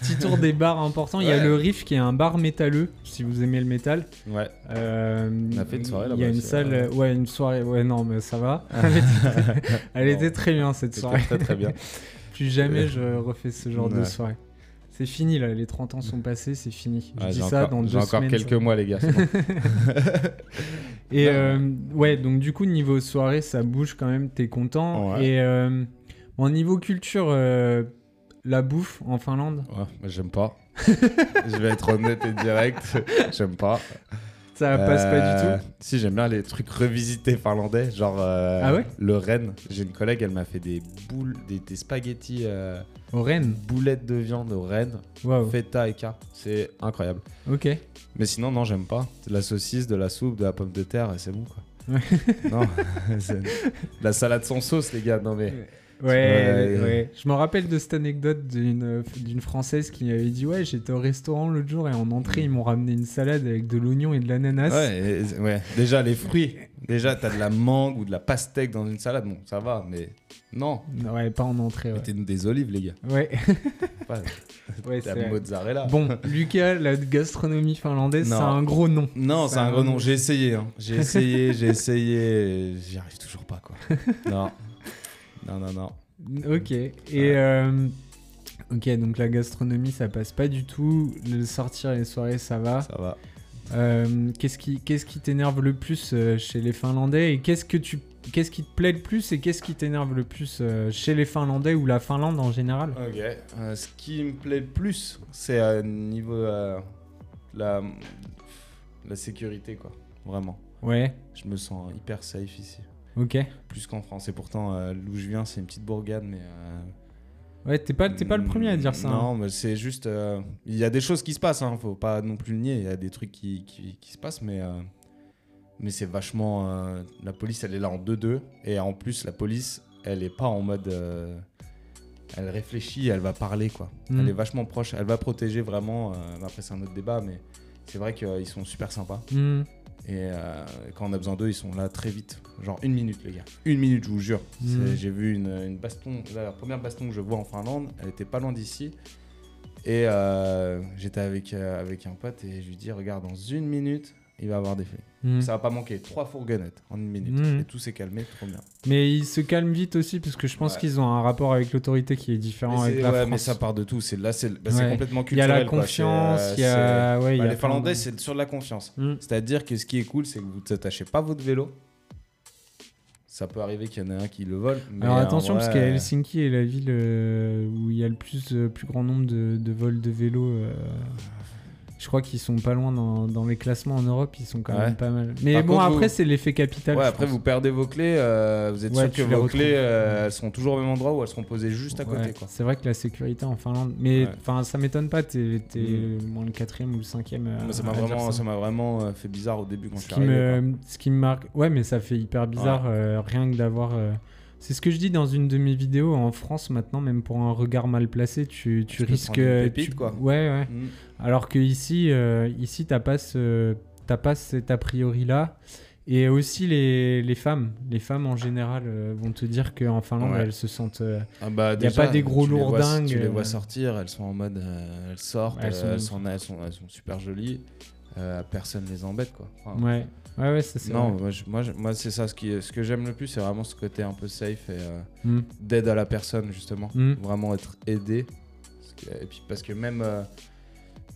petit tour des bars importants. Il y a Ouais. le Riff qui est un bar métalleux si vous aimez le métal. ouais. Euh, On a fait une soirée Il y a là-bas une aussi, salle, ouais. euh, ouais, une soirée. Ouais, non, mais ça va. Elle était- Elle était très bien cette C'était soirée. très très bien. Plus jamais je refais ce genre de Ouais. soirée. C'est fini là, les 30 ans sont passés, c'est fini. Je Ouais, dis j'ai ça encore, dans j'ai deux encore semaines. quelques ça. mois les gars. c'est bon. Et euh, ouais, donc du coup, niveau soirée, ça bouge quand même, t'es content. Ouais. Et euh, bon, niveau culture, euh, la bouffe en Finlande, Ouais, moi, j'aime pas. je vais être honnête et direct, j'aime pas. Ça Ah, passe pas du tout. Si, j'aime bien les trucs revisités finlandais, genre euh, Ah ouais le Rennes. J'ai une collègue, elle m'a fait des boules, des, des spaghettis euh, Au Rennes. boulettes de viande au Rennes, Waouh. feta et K. C'est incroyable. Ok. Mais sinon, non, j'aime pas. C'est de la saucisse, de la soupe, de la pomme de terre, et c'est bon, quoi. Ouais. non, c'est- la salade sans sauce, les gars, non mais. Ouais, Ouais. ouais. Je me rappelle de cette anecdote d'une d'une Française qui avait dit Ouais, j'étais au restaurant l'autre jour et en entrée, ils m'ont ramené une salade avec de l'oignon et de l'ananas. Ouais, et- ouais. Déjà, les fruits. Déjà, t'as de la mangue ou de la pastèque dans une salade, bon, ça va, mais non. Ouais, pas en entrée, ouais. Mettez-nous des olives, les gars. Ouais, Pas ouais, de la c'est vrai. mozzarella. Bon, Lucas, la gastronomie finlandaise, c'est Non. un gros nom. Non, C'est c'est un un gros nom. nom. J'ai essayé, hein. j'ai essayé, j'ai essayé, et j'y arrive toujours pas, quoi. Non, non, non, non. Ok. Et euh, ok, donc la gastronomie, ça passe pas du tout. Le sortir les soirées, ça va. Ça va. Euh, qu'est-ce qui, qu'est-ce qui t'énerve le plus euh, chez les Finlandais et qu'est-ce que tu, qu'est-ce qui te plaît le plus et qu'est-ce qui t'énerve le plus euh, chez les Finlandais ou la Finlande en général Ok. Euh, ce qui me plaît le plus, c'est euh, niveau euh, la, la sécurité, quoi. Vraiment. Ouais. Je me sens hyper safe ici. Ok. Plus qu'en France. Et pourtant, euh, d'où je viens, c'est une petite bourgade, mais. euh, Ouais, t'es pas, t'es pas le Hmm, premier à dire ça. hein. Non, mais c'est juste. euh, Il y a des choses qui se passent, hein, faut pas non plus le nier. Il y a des trucs qui, qui, qui se passent, mais. euh, mais c'est vachement. euh, la police, elle est là en 2-2. Et en plus, la police, elle est pas en mode. euh, elle réfléchit, elle va parler, quoi. Mm. Elle est vachement proche. Elle va protéger vraiment. euh, après, c'est un autre débat, mais c'est vrai qu'ils sont super sympas. Hmm. Et euh, quand on a besoin d'eux, ils sont là très vite. Genre une minute, les gars. Une minute, je vous jure. C'est- Mm. J'ai vu une, une baston, là, la première baston que je vois en Finlande, elle était pas loin d'ici. Et euh, j'étais avec, euh, avec un pote et je lui dis Regarde, dans une minute, il va y avoir des flics. Hmm. Ça va pas manquer. Trois fourgonnettes en une minute. Mm. Et tout s'est calmé, trop bien. Mais ils se calment vite aussi parce que je pense Ouais. qu'ils ont un rapport avec l'autorité qui est Mais, différent avec c'est- la ouais, France. mais ça part de tout. C'est là, c'est bah, c'est Ouais. complètement Il y a culturel. la quoi. C'est, euh, confiance, il y c'est- a. Ouais, il y Bah, a les plein de- Finlandais, c'est sur de la confiance. Mm. C'est-à-dire que ce qui est cool, c'est que vous ne attachez pas votre vélo. Ça peut arriver qu'il y en a un qui le vole. mais Alors en attention, parce vrai, que Helsinki est la ville euh, où il y a le plus, euh, plus grand nombre de, de vols de vélos. euh, je crois qu'ils sont pas loin dans, dans les classements en Europe, ils sont quand Ouais. même pas mal. Mais Par bon, contre, après, vous- c'est l'effet capital. Ouais, je après pense. vous perdez vos clés, euh, vous êtes Ouais, sûr tu que les vos retrouves. clés, euh, elles seront toujours au même endroit ou elles seront posées juste à côté. Ouais, Quoi. C'est vrai que la sécurité en Finlande. Mais Ouais. enfin, ça m'étonne pas, t'es t'es Mm. au moins le quatrième ou le cinquième. euh, Moi, ça à m'a dire vraiment, ça. ça m'a vraiment euh, fait bizarre au début quand je Ce suis qui, arrivé. me, ce qui me marque. Ouais, mais ça fait hyper bizarre, euh, rien que d'avoir. euh, C'est ce que je dis dans une de mes vidéos. En France, maintenant, même pour un regard mal placé, tu, tu, Tu peux risques. prendre une euh, pépite, tu- quoi. Ouais, ouais. quoi. Mm. Alors que ici, euh, ici t'as pas, ce- t'as pas cet a priori-là. Et aussi les, les femmes. Les femmes, en général, euh, vont te dire qu'en Finlande, Ouais. elles se sentent. euh, Ah bah, Y a pas des gros tu les vois- lourdingues, Tu les vois euh. sortir, elles sont en mode, euh, elles sortent, Ouais, elles elles, sont- sont... Elles, sont, elles, sont, elles sont super jolies. euh, personne les embête quoi. Enfin, Ouais, ouais, ouais, ça c'est. Non, vrai. moi, je- moi, je- moi, c'est ça. Ce, qui, ce que j'aime le plus, c'est vraiment ce côté un peu safe et euh, Mm. d'aide à la personne, justement. Mm. Vraiment être aidé. Parce que- et puis, parce que même, euh,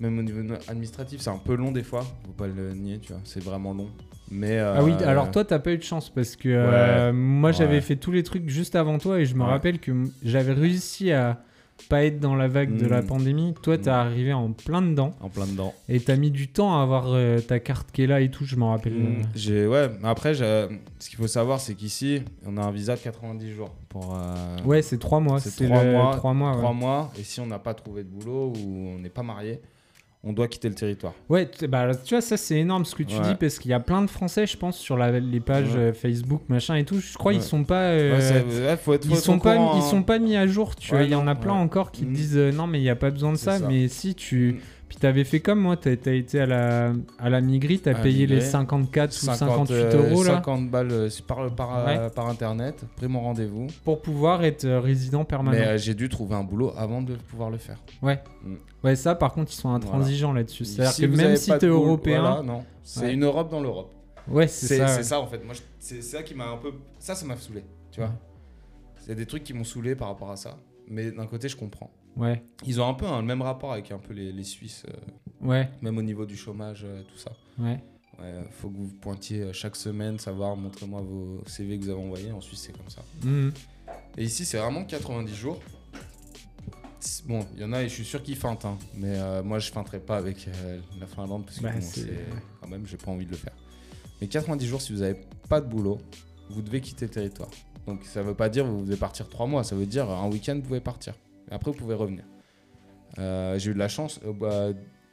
même au niveau administratif, c'est un peu long des fois. Faut pas le nier, tu vois. C'est vraiment long. Mais, Ah oui, euh, alors toi, t'as pas eu de chance parce que euh, moi, j'avais ouais. fait tous les trucs juste avant toi et je me Ouais. rappelle que m- j'avais réussi à pas être dans la vague de la Mm. pandémie. Toi, t'es Mm. arrivé en plein dedans En plein dedans. et t'as mis du temps à avoir euh, ta carte qui est là et tout, je m'en rappelle. Mm, j'ai- ouais, mais après, j'ai- ce qu'il faut savoir, c'est qu'ici, on a un visa de 90 jours pour. euh, Ouais, c'est trois mois. C'est C'est trois le- mois, trois mois, ouais. trois mois, et si on n'a pas trouvé de boulot ou on n'est pas marié, on doit quitter le territoire. Ouais, t- bah, tu vois, ça c'est énorme ce que tu Ouais. dis parce qu'il y a plein de Français, je pense, sur la- les pages Ouais. euh, Facebook, machin et tout. Je crois ils Ouais. sont pas. Ouais, euh, c'est- ouais, faut être- faut ils être sont au pas, courant, ils hein. sont pas mis à jour, tu Ouais, vois. Il y en non, a plein ouais. encore qui te Mm. disent euh, non, mais il n'y a pas besoin de C'est ça. ça. Mais si tu. Mm. Puis t'avais fait comme moi, t'as t'as été à la, à la Migri, t'as À payé les Migri. 54 ou 58 euh, euros là 50 balles euh, par, par, Ouais. euh, par internet, pris mon rendez-vous. pour pouvoir être euh, résident Mais permanent. euh, j'ai dû trouver un boulot avant de pouvoir le faire. Ouais, ça par contre, ils sont intransigeants là-dessus. C'est-à-dire Si que vous même avez si pas de t'es boulot, européen, voilà, non. C'est Ouais. une Europe dans l'Europe. ouais, C'est c'est c'est ça. ça, ouais. en fait. Moi, je- c'est c'est ça qui m'a un peu. Ça, ça m'a saoulé. Tu vois. Ouais. C'est des trucs qui m'ont saoulé par rapport à ça. Mais d'un côté, je comprends. Ouais, Ils ont un peu hein, le même rapport avec un peu les, les Suisses, euh, ouais, même au niveau du chômage, euh, tout ça. ouais. Ouais, faut que vous vous pointiez euh, chaque semaine, savoir, montrez-moi vos CV que vous avez envoyés. En Suisse, c'est comme ça. Mm. Et ici, c'est vraiment 90 jours. C'est- Bon, il y en a, et je suis sûr qu'ils feintent, hein. mais euh, moi je feinterai pas avec euh, la Finlande parce que Bah, bon, c'est- c'est- à même, j'ai pas envie de le faire. Mais 90 jours, si vous n'avez pas de boulot, vous devez quitter le territoire. Donc ça veut pas dire que vous devez partir trois mois, ça veut dire un week-end, vous pouvez partir. Et après, vous pouvez revenir. Euh, j'ai eu de la chance. euh, bah,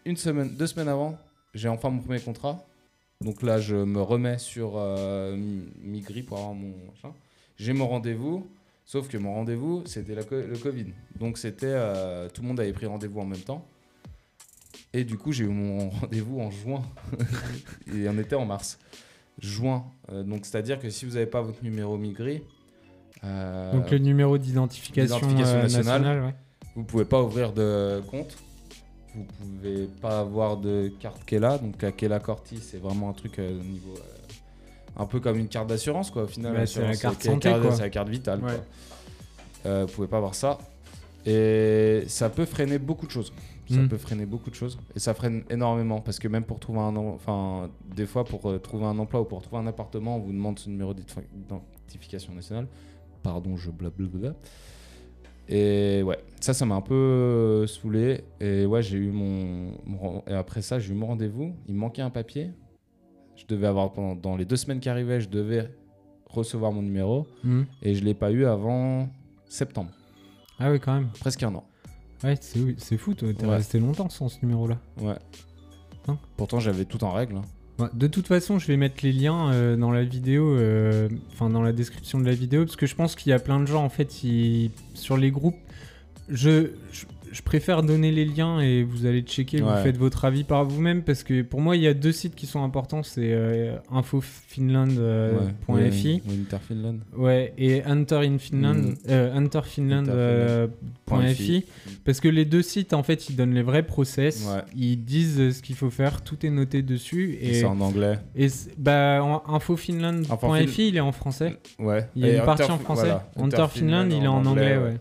une semaine, deux semaines avant, j'ai enfin mon premier contrat. Donc là, je me remets sur euh, Mi- Migri pour avoir mon machin. J'ai mon rendez-vous, sauf que mon rendez-vous, c'était la co- le Covid. Donc c'était. euh, tout le monde avait pris rendez-vous en même temps. Et du coup, j'ai eu mon rendez-vous en juin. Et on était en mars. Juin. Euh, donc c'est-à-dire que si vous n'avez pas votre numéro Migri. euh, Donc le numéro d'identification D'identification euh, nationale. nationale, vous pouvez pas ouvrir de compte. Vous pouvez pas avoir de carte Kela. Donc la Kela Corti, c'est vraiment un truc euh, au niveau. euh, un peu comme une carte d'assurance, quoi. Au final, Bah, c'est la l'assurance, carte c'est santé, quoi. C'est la carte vitale, Ouais. quoi. Euh, vous pouvez pas avoir ça. Et ça peut freiner beaucoup de choses. Ça Mm. peut freiner beaucoup de choses. Et ça freine énormément. Parce que même pour trouver un. em- Enfin, des fois, pour euh, trouver un emploi ou pour trouver un appartement, on vous demande ce numéro d'ident- d'identification nationale. Pardon, je blablabla. Et ouais, ça, ça m'a un peu euh, saoulé. Et ouais, j'ai eu mon. mon ren- et après ça, j'ai eu mon rendez-vous. Il me manquait un papier. Je devais avoir. Pendant, dans les deux semaines qui arrivaient, je devais recevoir mon numéro. Mm. Hmm. Et je l'ai pas eu avant septembre. Ah oui, quand même. Presque un an. Ouais, c'est c'est fou, toi. T'es Ouais. resté longtemps sans ce numéro-là. Ouais. Hein Pourtant, j'avais tout en règle. hein. Ouais, de toute façon, je vais mettre les liens euh, dans la vidéo, euh, enfin dans la description de la vidéo, parce que je pense qu'il y a plein de gens en fait ils- sur les groupes. Je, je, je préfère donner les liens et vous allez checker, Ouais. vous faites votre avis par vous-même, parce que pour moi il y a deux sites qui sont importants, c'est euh, infofinland.fi. Euh, Ouais, Win- Winter Finland. Ouais, et Hunter in Finland, Mm. euh, hunterfinland, euh, Point point fi. FI. parce que les deux sites, en fait, ils donnent les vrais process, Ouais. ils disent euh, ce qu'il faut faire, tout est noté dessus. Et Et, c'est en anglais. et c'est- bah, en- infofinland.fi, Enfin, Fin- il est en français, Ouais. il y a Et une partie Hunter- en français. voilà. Hunter Finland, il est en anglais, ouais.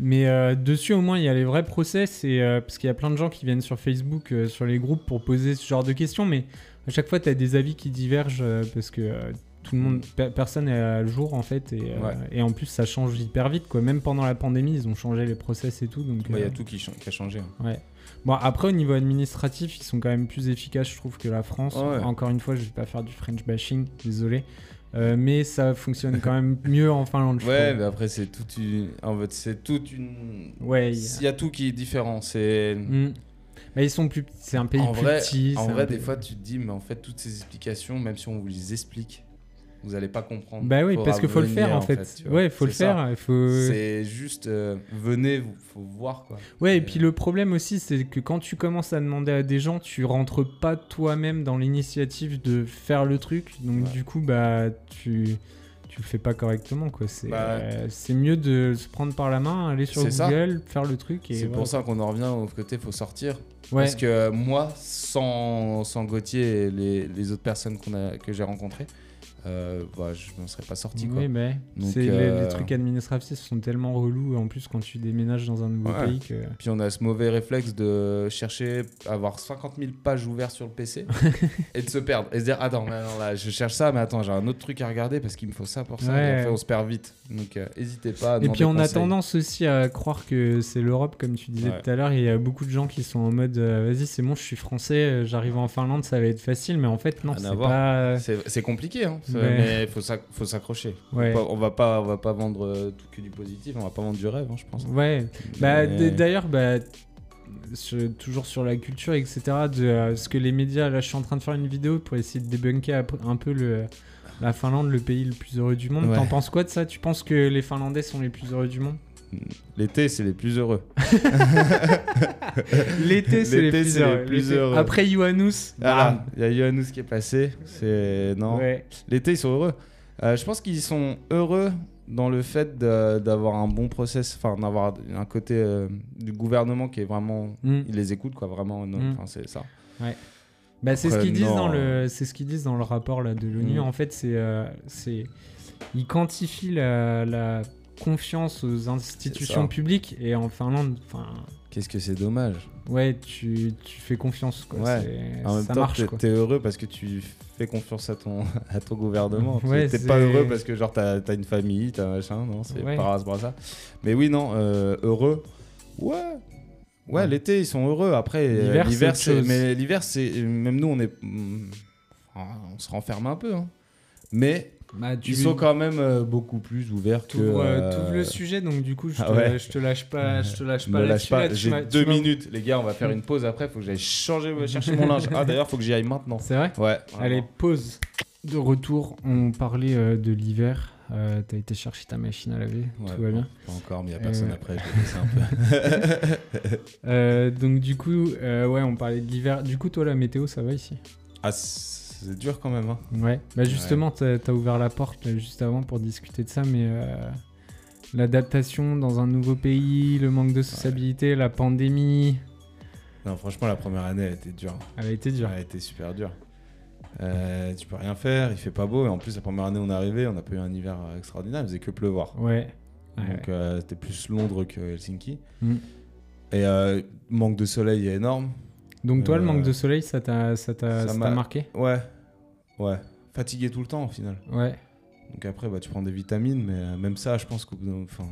mais euh, dessus, au moins, il y a les vrais process, et, euh, parce qu'il y a plein de gens qui viennent sur Facebook, euh, sur les groupes, pour poser ce genre de questions, mais à chaque fois, tu as des avis qui divergent, euh, parce que. euh, tout le monde, pe- personne est à jour en fait, et, euh, Ouais. et en plus ça change hyper vite quoi. Même pendant la pandémie, ils ont changé les process et tout. Donc, Bah, Il y euh, a tout qui, cha- qui a changé. hein. Ouais. Bon, après, au niveau administratif, ils sont quand même plus efficaces, je trouve, que la France. Ah ouais. Encore une fois, je vais pas faire du French bashing, désolé. Euh, mais ça fonctionne quand même mieux en Finlande, je Ouais, bah, trouve. mais après, c'est toute une. En fait, c'est toute une. Ouais, il y a- Il y a tout qui est différent. C'est. Mm. Mais ils sont plus petits, c'est un pays hein. En plus vrai, petit. en c'est un vrai peu- des fois, tu te dis, mais en fait, toutes ces explications, même si on vous les explique, vous allez pas comprendre. Bah oui, Faudra parce qu'il faut le venir, faire en fait. tu vois. ouais, il faut le C'est ça. faire. il Faut... C'est juste, euh, venez, vous- faut voir quoi. Ouais, et puis le problème aussi, c'est que quand tu commences à demander à des gens, tu rentres pas toi-même dans l'initiative de faire le truc. Donc Ouais. du coup, bah, tu, tu le fais pas correctement, quoi. C'est Bah, euh, c'est mieux de se prendre par la main, aller sur C'est ça. Google, faire le truc. et C'est voilà. pour ça qu'on en revient au côté, faut sortir. Ouais, Parce que euh, moi, sans, sans Gauthier et les, les autres personnes qu'on a, que j'ai rencontrées, euh, bah, je ne serais pas sorti. Quoi. oui, mais Donc, c'est les- les, euh, trucs administratifs sont tellement relous. En plus, quand tu déménages dans un nouveau Ouais. pays, que Puis on a ce mauvais réflexe de chercher, avoir 50 000 pages ouvertes sur le PC et de se perdre. Et se dire, attends, mais alors là, je cherche ça, mais attends, j'ai un autre truc à regarder parce qu'il me faut ça pour ça. Et Ouais. après, on se perd vite. Donc, n'hésitez pas. à Et demander puis on a conseil. tendance aussi à croire que c'est l'Europe, comme tu disais Ouais. tout à l'heure. Il y a beaucoup de gens qui sont en mode euh, vas-y, c'est bon, je suis français, euh, j'arrive en Finlande, ça va être facile. Mais en fait, non, Rien à c'est voir. pas. C'est c'est compliqué, hein, ça, Ouais. mais il faut s'ac- faut s'accrocher. Ouais. Faut pas- On va pas, on va pas vendre euh, tout que du positif, on va pas vendre du rêve, hein, je pense. Ouais. Bah, Mais- d- D'ailleurs, bah, sur- toujours sur la culture, etc. De euh, ce que les médias. Là, je suis en train de faire une vidéo pour essayer de débunker ap- un peu le, la Finlande, le pays le plus heureux du monde. Ouais. T'en penses quoi de ça Tu penses que les Finlandais sont les plus heureux du monde L'été, c'est les plus heureux. L'été, c'est les L'été, plus c'est les heureux. plus L'été. heureux. Après Ioannous. Ah, il y a Yohanous qui est passé. C'est non. bam. Ouais. L'été, ils sont heureux. Euh, je pense qu'ils sont heureux dans le fait de- d'avoir un bon process, enfin d'avoir un côté euh, du gouvernement qui est vraiment, Mm. ils les écoutent quoi, vraiment. non, Mm. Enfin, c'est ça. Bah, c'est ce Après, qu'ils disent non. dans le c'est ce qu'ils disent dans le rapport là de l'ONU Mm. en fait c'est euh, c'est ils quantifient la, la confiance aux C'est ça. institutions publiques et en Finlande enfin Qu'est-ce que c'est dommage. ouais tu, tu fais confiance quoi Ouais. C'est- En même ça temps, marche t'es- quoi t'es heureux parce que tu fais confiance à ton à ton gouvernement. Ouais, t'es c'est- pas heureux parce que genre t'as as une famille, t'as machin, non, c'est Ouais. par rapport à ça. Mais oui, non, euh, heureux. Ouais. Ouais, Ouais. l'été ils sont heureux. Après, euh, L'hiver, l'hiver, c'est autre chose. c'est. Mais l'hiver, c'est. Même nous, on est. mm, on se renferme un peu. hein. Mais Bah, tu ils sont quand même euh, beaucoup plus ouverts que. t'ouvres, euh, euh, t'ouvres le sujet, donc du coup, je te, ah ouais. je te lâche pas, je te lâche me pas là-dessus. lâche pas, là, tu m'as- j'ai tu deux m'as- minutes. Les gars, on va faire une pause après. Faut que j'aille changer, chercher mon linge. Ah, d'ailleurs, faut que j'y aille maintenant. C'est vrai Ouais. Allez, pause. De retour, on parlait euh, de l'hiver. Euh, T'as été chercher ta machine à laver, Ouais, tout va bien. Pas encore, mais il a personne Euh, après. Je vais laisser un peu. Euh, donc du coup, euh, ouais, on parlait de l'hiver. Du coup, toi, la météo, ça va ici Ah, c'est dur quand même. hein. Ouais. Bah justement, t'as- t'as ouvert la porte là, juste avant pour discuter de ça, mais euh, l'adaptation dans un nouveau pays, le manque de sociabilité, la pandémie, Non, franchement, la première année, elle était dure. elle a été dure. Elle a été super dure. Euh, tu peux rien faire, il fait pas beau. Et en plus, la première année, on est arrivé, on a pas eu un hiver euh, extraordinaire. Il faisait que pleuvoir. Ouais. Ouais, ouais. Donc, euh, c'était plus Londres que Helsinki. Mm. Et euh, manque de soleil énorme. Donc toi, le Euh, manque de soleil, ça t'a ça t'a- ça ça m'a- t'a marqué Ouais, ouais. Fatigué tout le temps au final. Ouais. Donc après, bah, tu prends des vitamines, mais euh, même ça, je pense que enfin,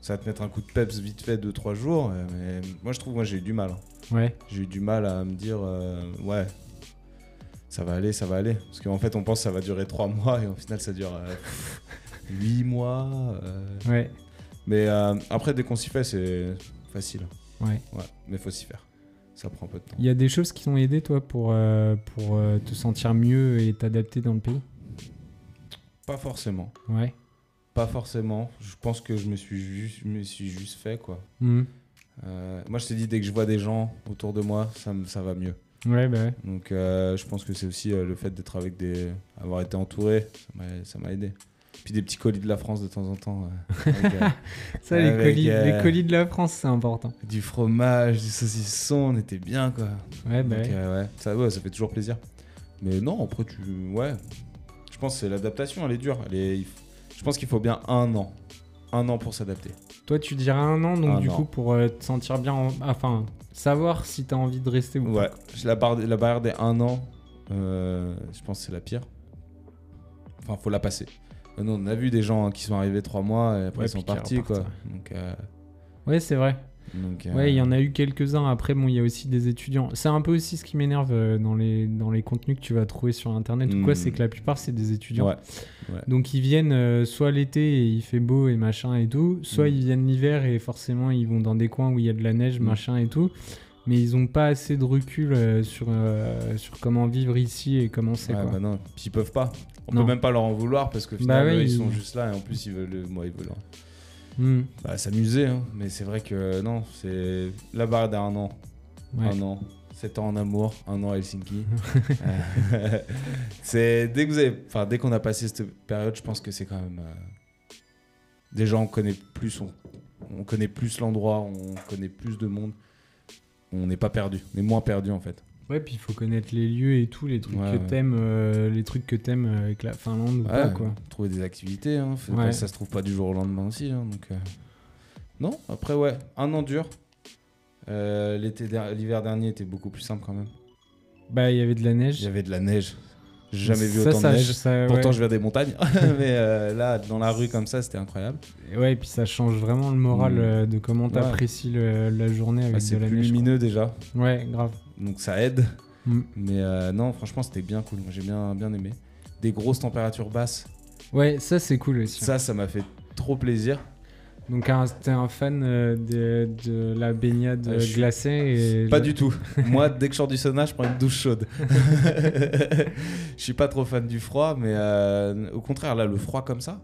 ça va te mettre un coup de peps vite fait 2-3 jours. euh, mais moi, je trouve, moi, j'ai eu du mal. hein. Ouais. J'ai eu du mal à me dire, euh, ouais, ça va aller, ça va aller. Parce qu'en fait, on pense que ça va durer 3 mois et au final, ça dure 8 mois. euh. Ouais. Mais euh, après, dès qu'on s'y fait, c'est facile. Ouais. Ouais, mais faut s'y faire. Ça prend un peu de temps. Il y a des choses qui t'ont aidé, toi, pour, euh, pour euh, te sentir mieux et t'adapter dans le pays Pas forcément. Ouais. Pas forcément. Je pense que je me suis juste, je me suis juste fait, quoi. Mhm. Euh, moi, je t'ai dit, dès que je vois des gens autour de moi, ça, me- ça va mieux. Ouais, bah ouais. Donc, euh, je pense que c'est aussi euh, le fait d'être avec des. avoir été entouré, ça m'a- ça m'a aidé. Puis des petits colis de la France de temps en temps. euh, avec, euh, Ça, les, Avec, colis, euh, les colis de la France, c'est important. du fromage, du saucisson, on était bien, quoi. Ouais, bah Donc, ouais. euh, ouais, ça, ouais, ça fait toujours plaisir. Mais non, après, tu. Ouais. Je pense que c'est l'adaptation, elle est dure. Elle est- il f- Je pense qu'il faut bien un an. Un an pour s'adapter. Toi, tu dirais un an, donc Un du an. coup, pour euh, te sentir bien, en- enfin, savoir si t'as envie de rester ou Ouais, pas. la, barre, la barrière des 1 an, euh, je pense que c'est la pire. Enfin, faut la passer. Euh, Nous, on a vu des gens hein, qui sont arrivés 3 mois et après Ouais, ils sont puis qui partis, quoi. repartent, Donc, euh, Ouais, c'est vrai. donc, euh, Ouais, il y en a eu quelques-uns. Après, bon, il y a aussi des étudiants. C'est un peu aussi ce qui m'énerve euh, dans les, dans les contenus que tu vas trouver sur Internet ou quoi, Mhm. c'est que la plupart, c'est des étudiants. ouais. Donc ils viennent euh, soit l'été et il fait beau et machin et tout, soit Mm. ils viennent l'hiver et forcément ils vont dans des coins où il y a de la neige, Mm. machin et tout. Mais ils ont pas assez de recul euh, sur, euh, sur comment vivre ici et comment c'est. Ouais, quoi. bah non, puis ils peuvent pas. On Non. peut même pas leur en vouloir parce que Bah finalement ouais, ils ils- sont juste là et en plus ils veulent, moi, ils veulent hein. Mm. bah, s'amuser. hein. Mais c'est vrai que euh, non, c'est la barre d'un an. Ouais. un an, 7 ans en amour, un an à Helsinki. Euh, c'est dès que vous avez, enfin dès qu'on a passé cette période, je pense que c'est quand même euh, déjà on connaît plus, on, on connaît plus l'endroit, on connaît plus de monde, on n'est pas perdu, on est moins perdu en fait. Ouais, puis il faut connaître les lieux et tout, les trucs Ouais, que ouais. t'aimes, euh, les trucs que t'aimes euh, avec la Finlande ou pas, Ouais, quoi. Trouver des activités, hein, faut- Ouais. ça se trouve pas du jour au lendemain aussi, hein, donc euh, non. Après ouais, un an dur. Euh, l'été der- l'hiver dernier était beaucoup plus simple quand même. Bah il y avait de la neige. J'avais de la neige, J'ai jamais vu Ça, autant ça, de neige. ça, Pourtant, ouais. je viens des montagnes, mais euh, là, dans la rue comme ça, c'était incroyable. Et Ouais, et puis ça change vraiment le moral Mm. euh, de comment t'apprécies le- la journée avec Bah, de c'est la plus neige. quoi. lumineux déjà, Ouais, grave. donc ça aide. Mm. Mais euh, non, franchement, c'était bien cool. Moi, j'ai bien, bien aimé. Des grosses températures basses, Ouais, ça c'est cool aussi. ça, ça m'a fait trop plaisir. Donc un- t'es un fan euh, de, de la baignade Euh, je suis- glacée et Pas du tout. Moi, dès que je sors du sauna, je prends une douche chaude. Je suis pas trop fan du froid, mais euh, au contraire, là, le froid comme ça,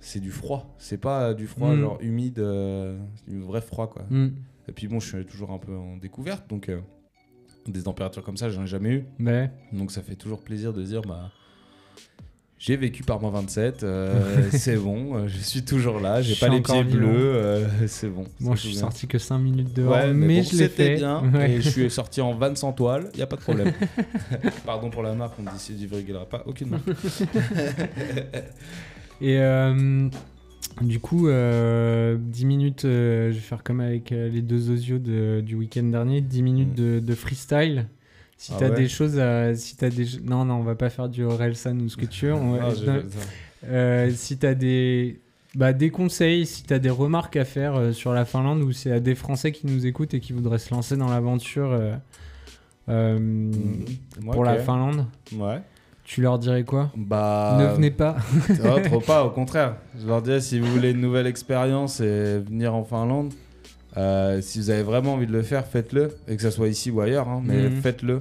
c'est du froid. C'est pas euh, du froid Mm. genre humide, euh, c'est du vrai froid quoi. Mm. Et puis bon, je suis toujours un peu en découverte, donc euh, des températures comme ça, j'en ai jamais eu. Ouais. Donc ça fait toujours plaisir de dire, bah, j'ai vécu par moins 27, euh, c'est bon, euh, je suis toujours là, j'ai Je pas suis les encore pieds vivant. bleus, euh, c'est bon. Bon, c'est je suis tout bien. sorti que 5 minutes dehors, Ouais, mais, mais, bon, je l'ai c'était fait. bien, Ouais. et je suis sorti en van sans toile, y a pas de problème. Pardon pour la marque, on décide d'y virgulera pas, aucune marque. Et euh, du coup, euh, 10 minutes, euh, je vais faire comme avec euh, les deux osios de- du week-end dernier, 10 minutes Mm. de, de freestyle. Si Ah t'as ouais. des choses à. Si t'as des... Non, non, on va pas faire du Orelsan ou ce que tu veux. on va- Ah, j'ai- non, Euh, si t'as des bah, des conseils, si t'as des remarques à faire euh, sur la Finlande ou c'est à des Français qui nous écoutent et qui voudraient se lancer dans l'aventure euh, euh, Mhm. Ouais, pour la ok. Finlande, Ouais. Tu leur dirais quoi Bah, Ne venez pas. Ah, trop pas, au contraire. Je leur disais, si vous voulez une nouvelle expérience et venir en Finlande, euh, si vous avez vraiment envie de le faire, faites-le. Et que ça soit ici ou ailleurs, hein, mais Mhm. faites-le.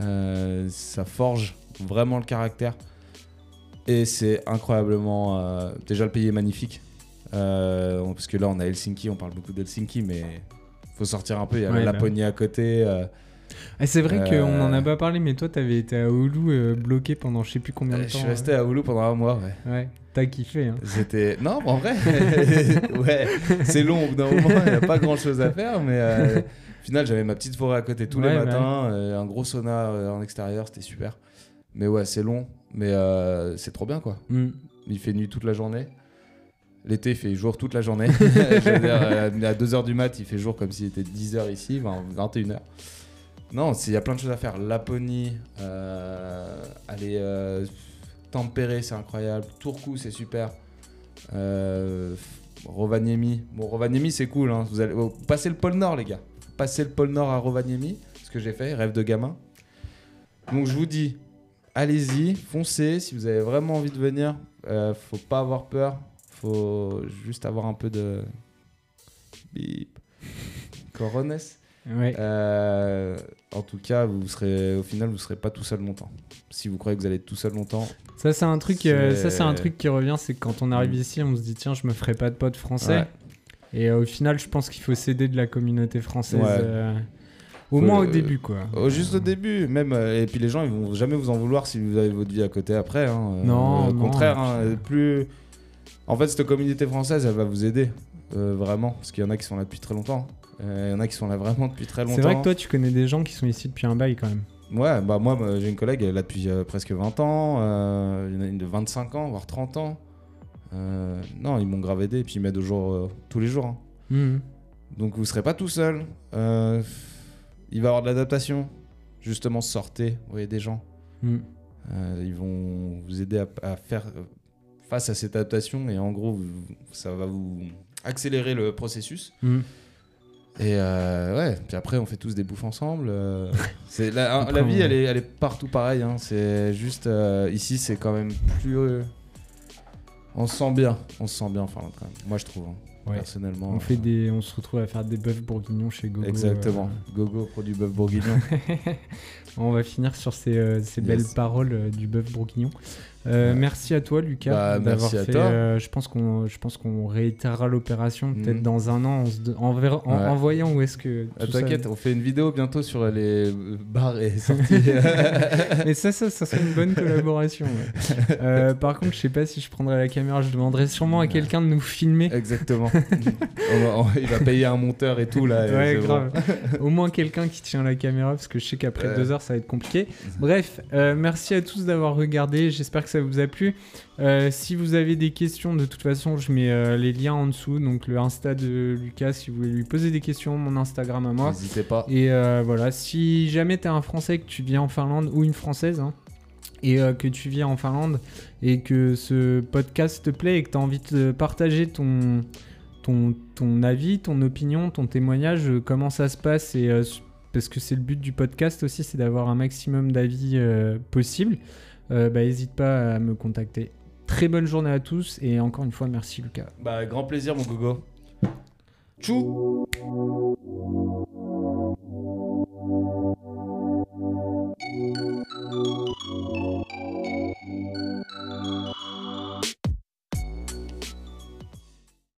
Euh, ça forge vraiment le caractère. Et c'est incroyablement. euh, déjà, le pays est magnifique. Euh, on- parce que là, on a Helsinki, on parle beaucoup d'Helsinki, mais faut sortir un peu. Il y a Ouais, bah. la Laponie à côté. euh, Ah, c'est vrai Euh, qu'on en a pas parlé, mais toi, t'avais été à Oulu euh, bloqué pendant je sais plus combien de Euh, je temps. suis resté à Oulu pendant un mois. Ouais. euh, Ouais, t'as kiffé. Hein. C'était. Non, mais en vrai, ouais, c'est long. Au bout d'un moment, il n'y a pas grand chose à faire, mais euh, au final, j'avais ma petite forêt à côté tous les Ouais, bah matins, euh, un gros sauna euh, en extérieur, c'était super. Mais ouais, c'est long, mais euh, c'est trop bien quoi. Mm. Il fait nuit toute la journée. L'été, il fait jour toute la journée. Je veux dire, euh, à 2h du mat, il fait jour comme s'il était 10h ici, enfin, 21h. Non, c'est- il y a plein de choses à faire. Laponie, euh, aller euh, tempérer, c'est incroyable. Turku, c'est super. Euh, Rovaniemi. Bon, Rovaniemi, c'est cool. hein. Vous allez oh, passer le pôle Nord, les gars. Passer le pôle Nord à Rovaniemi, ce que j'ai fait, rêve de gamin. Donc, je vous dis, allez-y, foncez. Si vous avez vraiment envie de venir, euh, faut pas avoir peur. Faut juste avoir un peu de. Bip. Corones. Ouais. Euh, en tout cas, vous serez, au final, vous serez pas tout seul longtemps. Si vous croyez que vous allez être tout seul longtemps, Ça, c'est un truc. euh, c'est- ça, c'est un truc qui revient, c'est que quand on arrive Mm. ici, on se dit tiens, je me ferai pas de potes français. Ouais. Et euh, au final, je pense qu'il faut s'aider de la communauté française. Ouais. euh, au Faut, moins au euh, début, quoi. au- juste au début, même. euh, Et puis les gens, ils vont jamais vous en vouloir si vous avez votre vie à côté après. hein. Euh, Non, Au non, euh, contraire, hein, putain. plus. En fait, cette communauté française, elle va vous aider. euh, vraiment. Parce qu'il y en a qui sont là depuis très longtemps. Euh, Il y en a qui sont là vraiment depuis très longtemps. C'est vrai que toi, tu connais des gens qui sont ici depuis un bail, quand même. Ouais, bah moi bah, j'ai une collègue, elle est là depuis euh, presque 20 ans, euh, il y en a une de 25 ans, voire 30 ans. Euh, non, ils m'ont grave aidé, et puis ils m'aident au jour, euh, tous les jours. hein. Mm. Donc vous serez pas tout seul. Euh, il va y avoir de l'adaptation. Justement, sortez, voyez des gens. Mm. Euh, ils vont vous aider à, à faire euh, face à cette adaptation, et en gros, vous- ça va vous accélérer le processus. Mm. Et euh, ouais, puis après on fait tous des bouffes ensemble. euh, c'est la, Après, la vie, on- elle est, elle est partout pareille. hein, C'est juste euh, ici, c'est quand même plus. euh, on se sent bien, on se sent bien en Finlande quand même. Moi je trouve, hein, Ouais. personnellement. On, fait des, on se retrouve à faire des bœufs bourguignons chez Gogo. Exactement. euh, Gogo produit bœuf bourguignon. On va finir sur ces, euh, ces Yes. belles paroles euh, du bœuf bourguignon. Euh, Ouais. Merci à toi, Lucas, Bah, d'avoir merci à fait. toi. euh, je pense qu'on, je pense qu'on réitérera l'opération peut-être Mhm. dans un an, on se de- en, verra- en- Ouais. en voyant où est-ce que. Ah, tout ça- T'inquiète, on fait une vidéo bientôt sur les euh, bars et sorties. Mais ça, ça, ça serait une bonne collaboration. ouais. Euh, par contre, je sais pas si je prendrai la caméra. Je demanderai sûrement à Ouais. quelqu'un de nous filmer. Exactement. On va- on- il va payer un monteur et tout là. et Ouais, c'est bon. grave. Au moins quelqu'un qui tient la caméra, parce que je sais qu'après Ouais. Mhm. deux heures, ça va être compliqué. Bref, euh, merci à tous d'avoir regardé. J'espère que ça vous a plu. Euh, si vous avez des questions, de toute façon, je mets euh, les liens en dessous. Donc le Insta de Lucas, si vous voulez lui poser des questions, mon Instagram à moi. N'hésitez pas. Et euh, voilà, si jamais t'es un Français que tu vis en Finlande ou une Française, hein, et euh, que tu vis en Finlande et que ce podcast te plaît et que t'as envie de partager ton, ton, ton avis, ton opinion, ton témoignage, euh, comment ça se passe et euh, s- parce que c'est le but du podcast aussi, c'est d'avoir un maximum d'avis euh, possible. euh, bah, hésite pas à me contacter. Très bonne journée à tous et encore une fois merci Lucas. Bah, grand plaisir, mon Gogo. Tchou!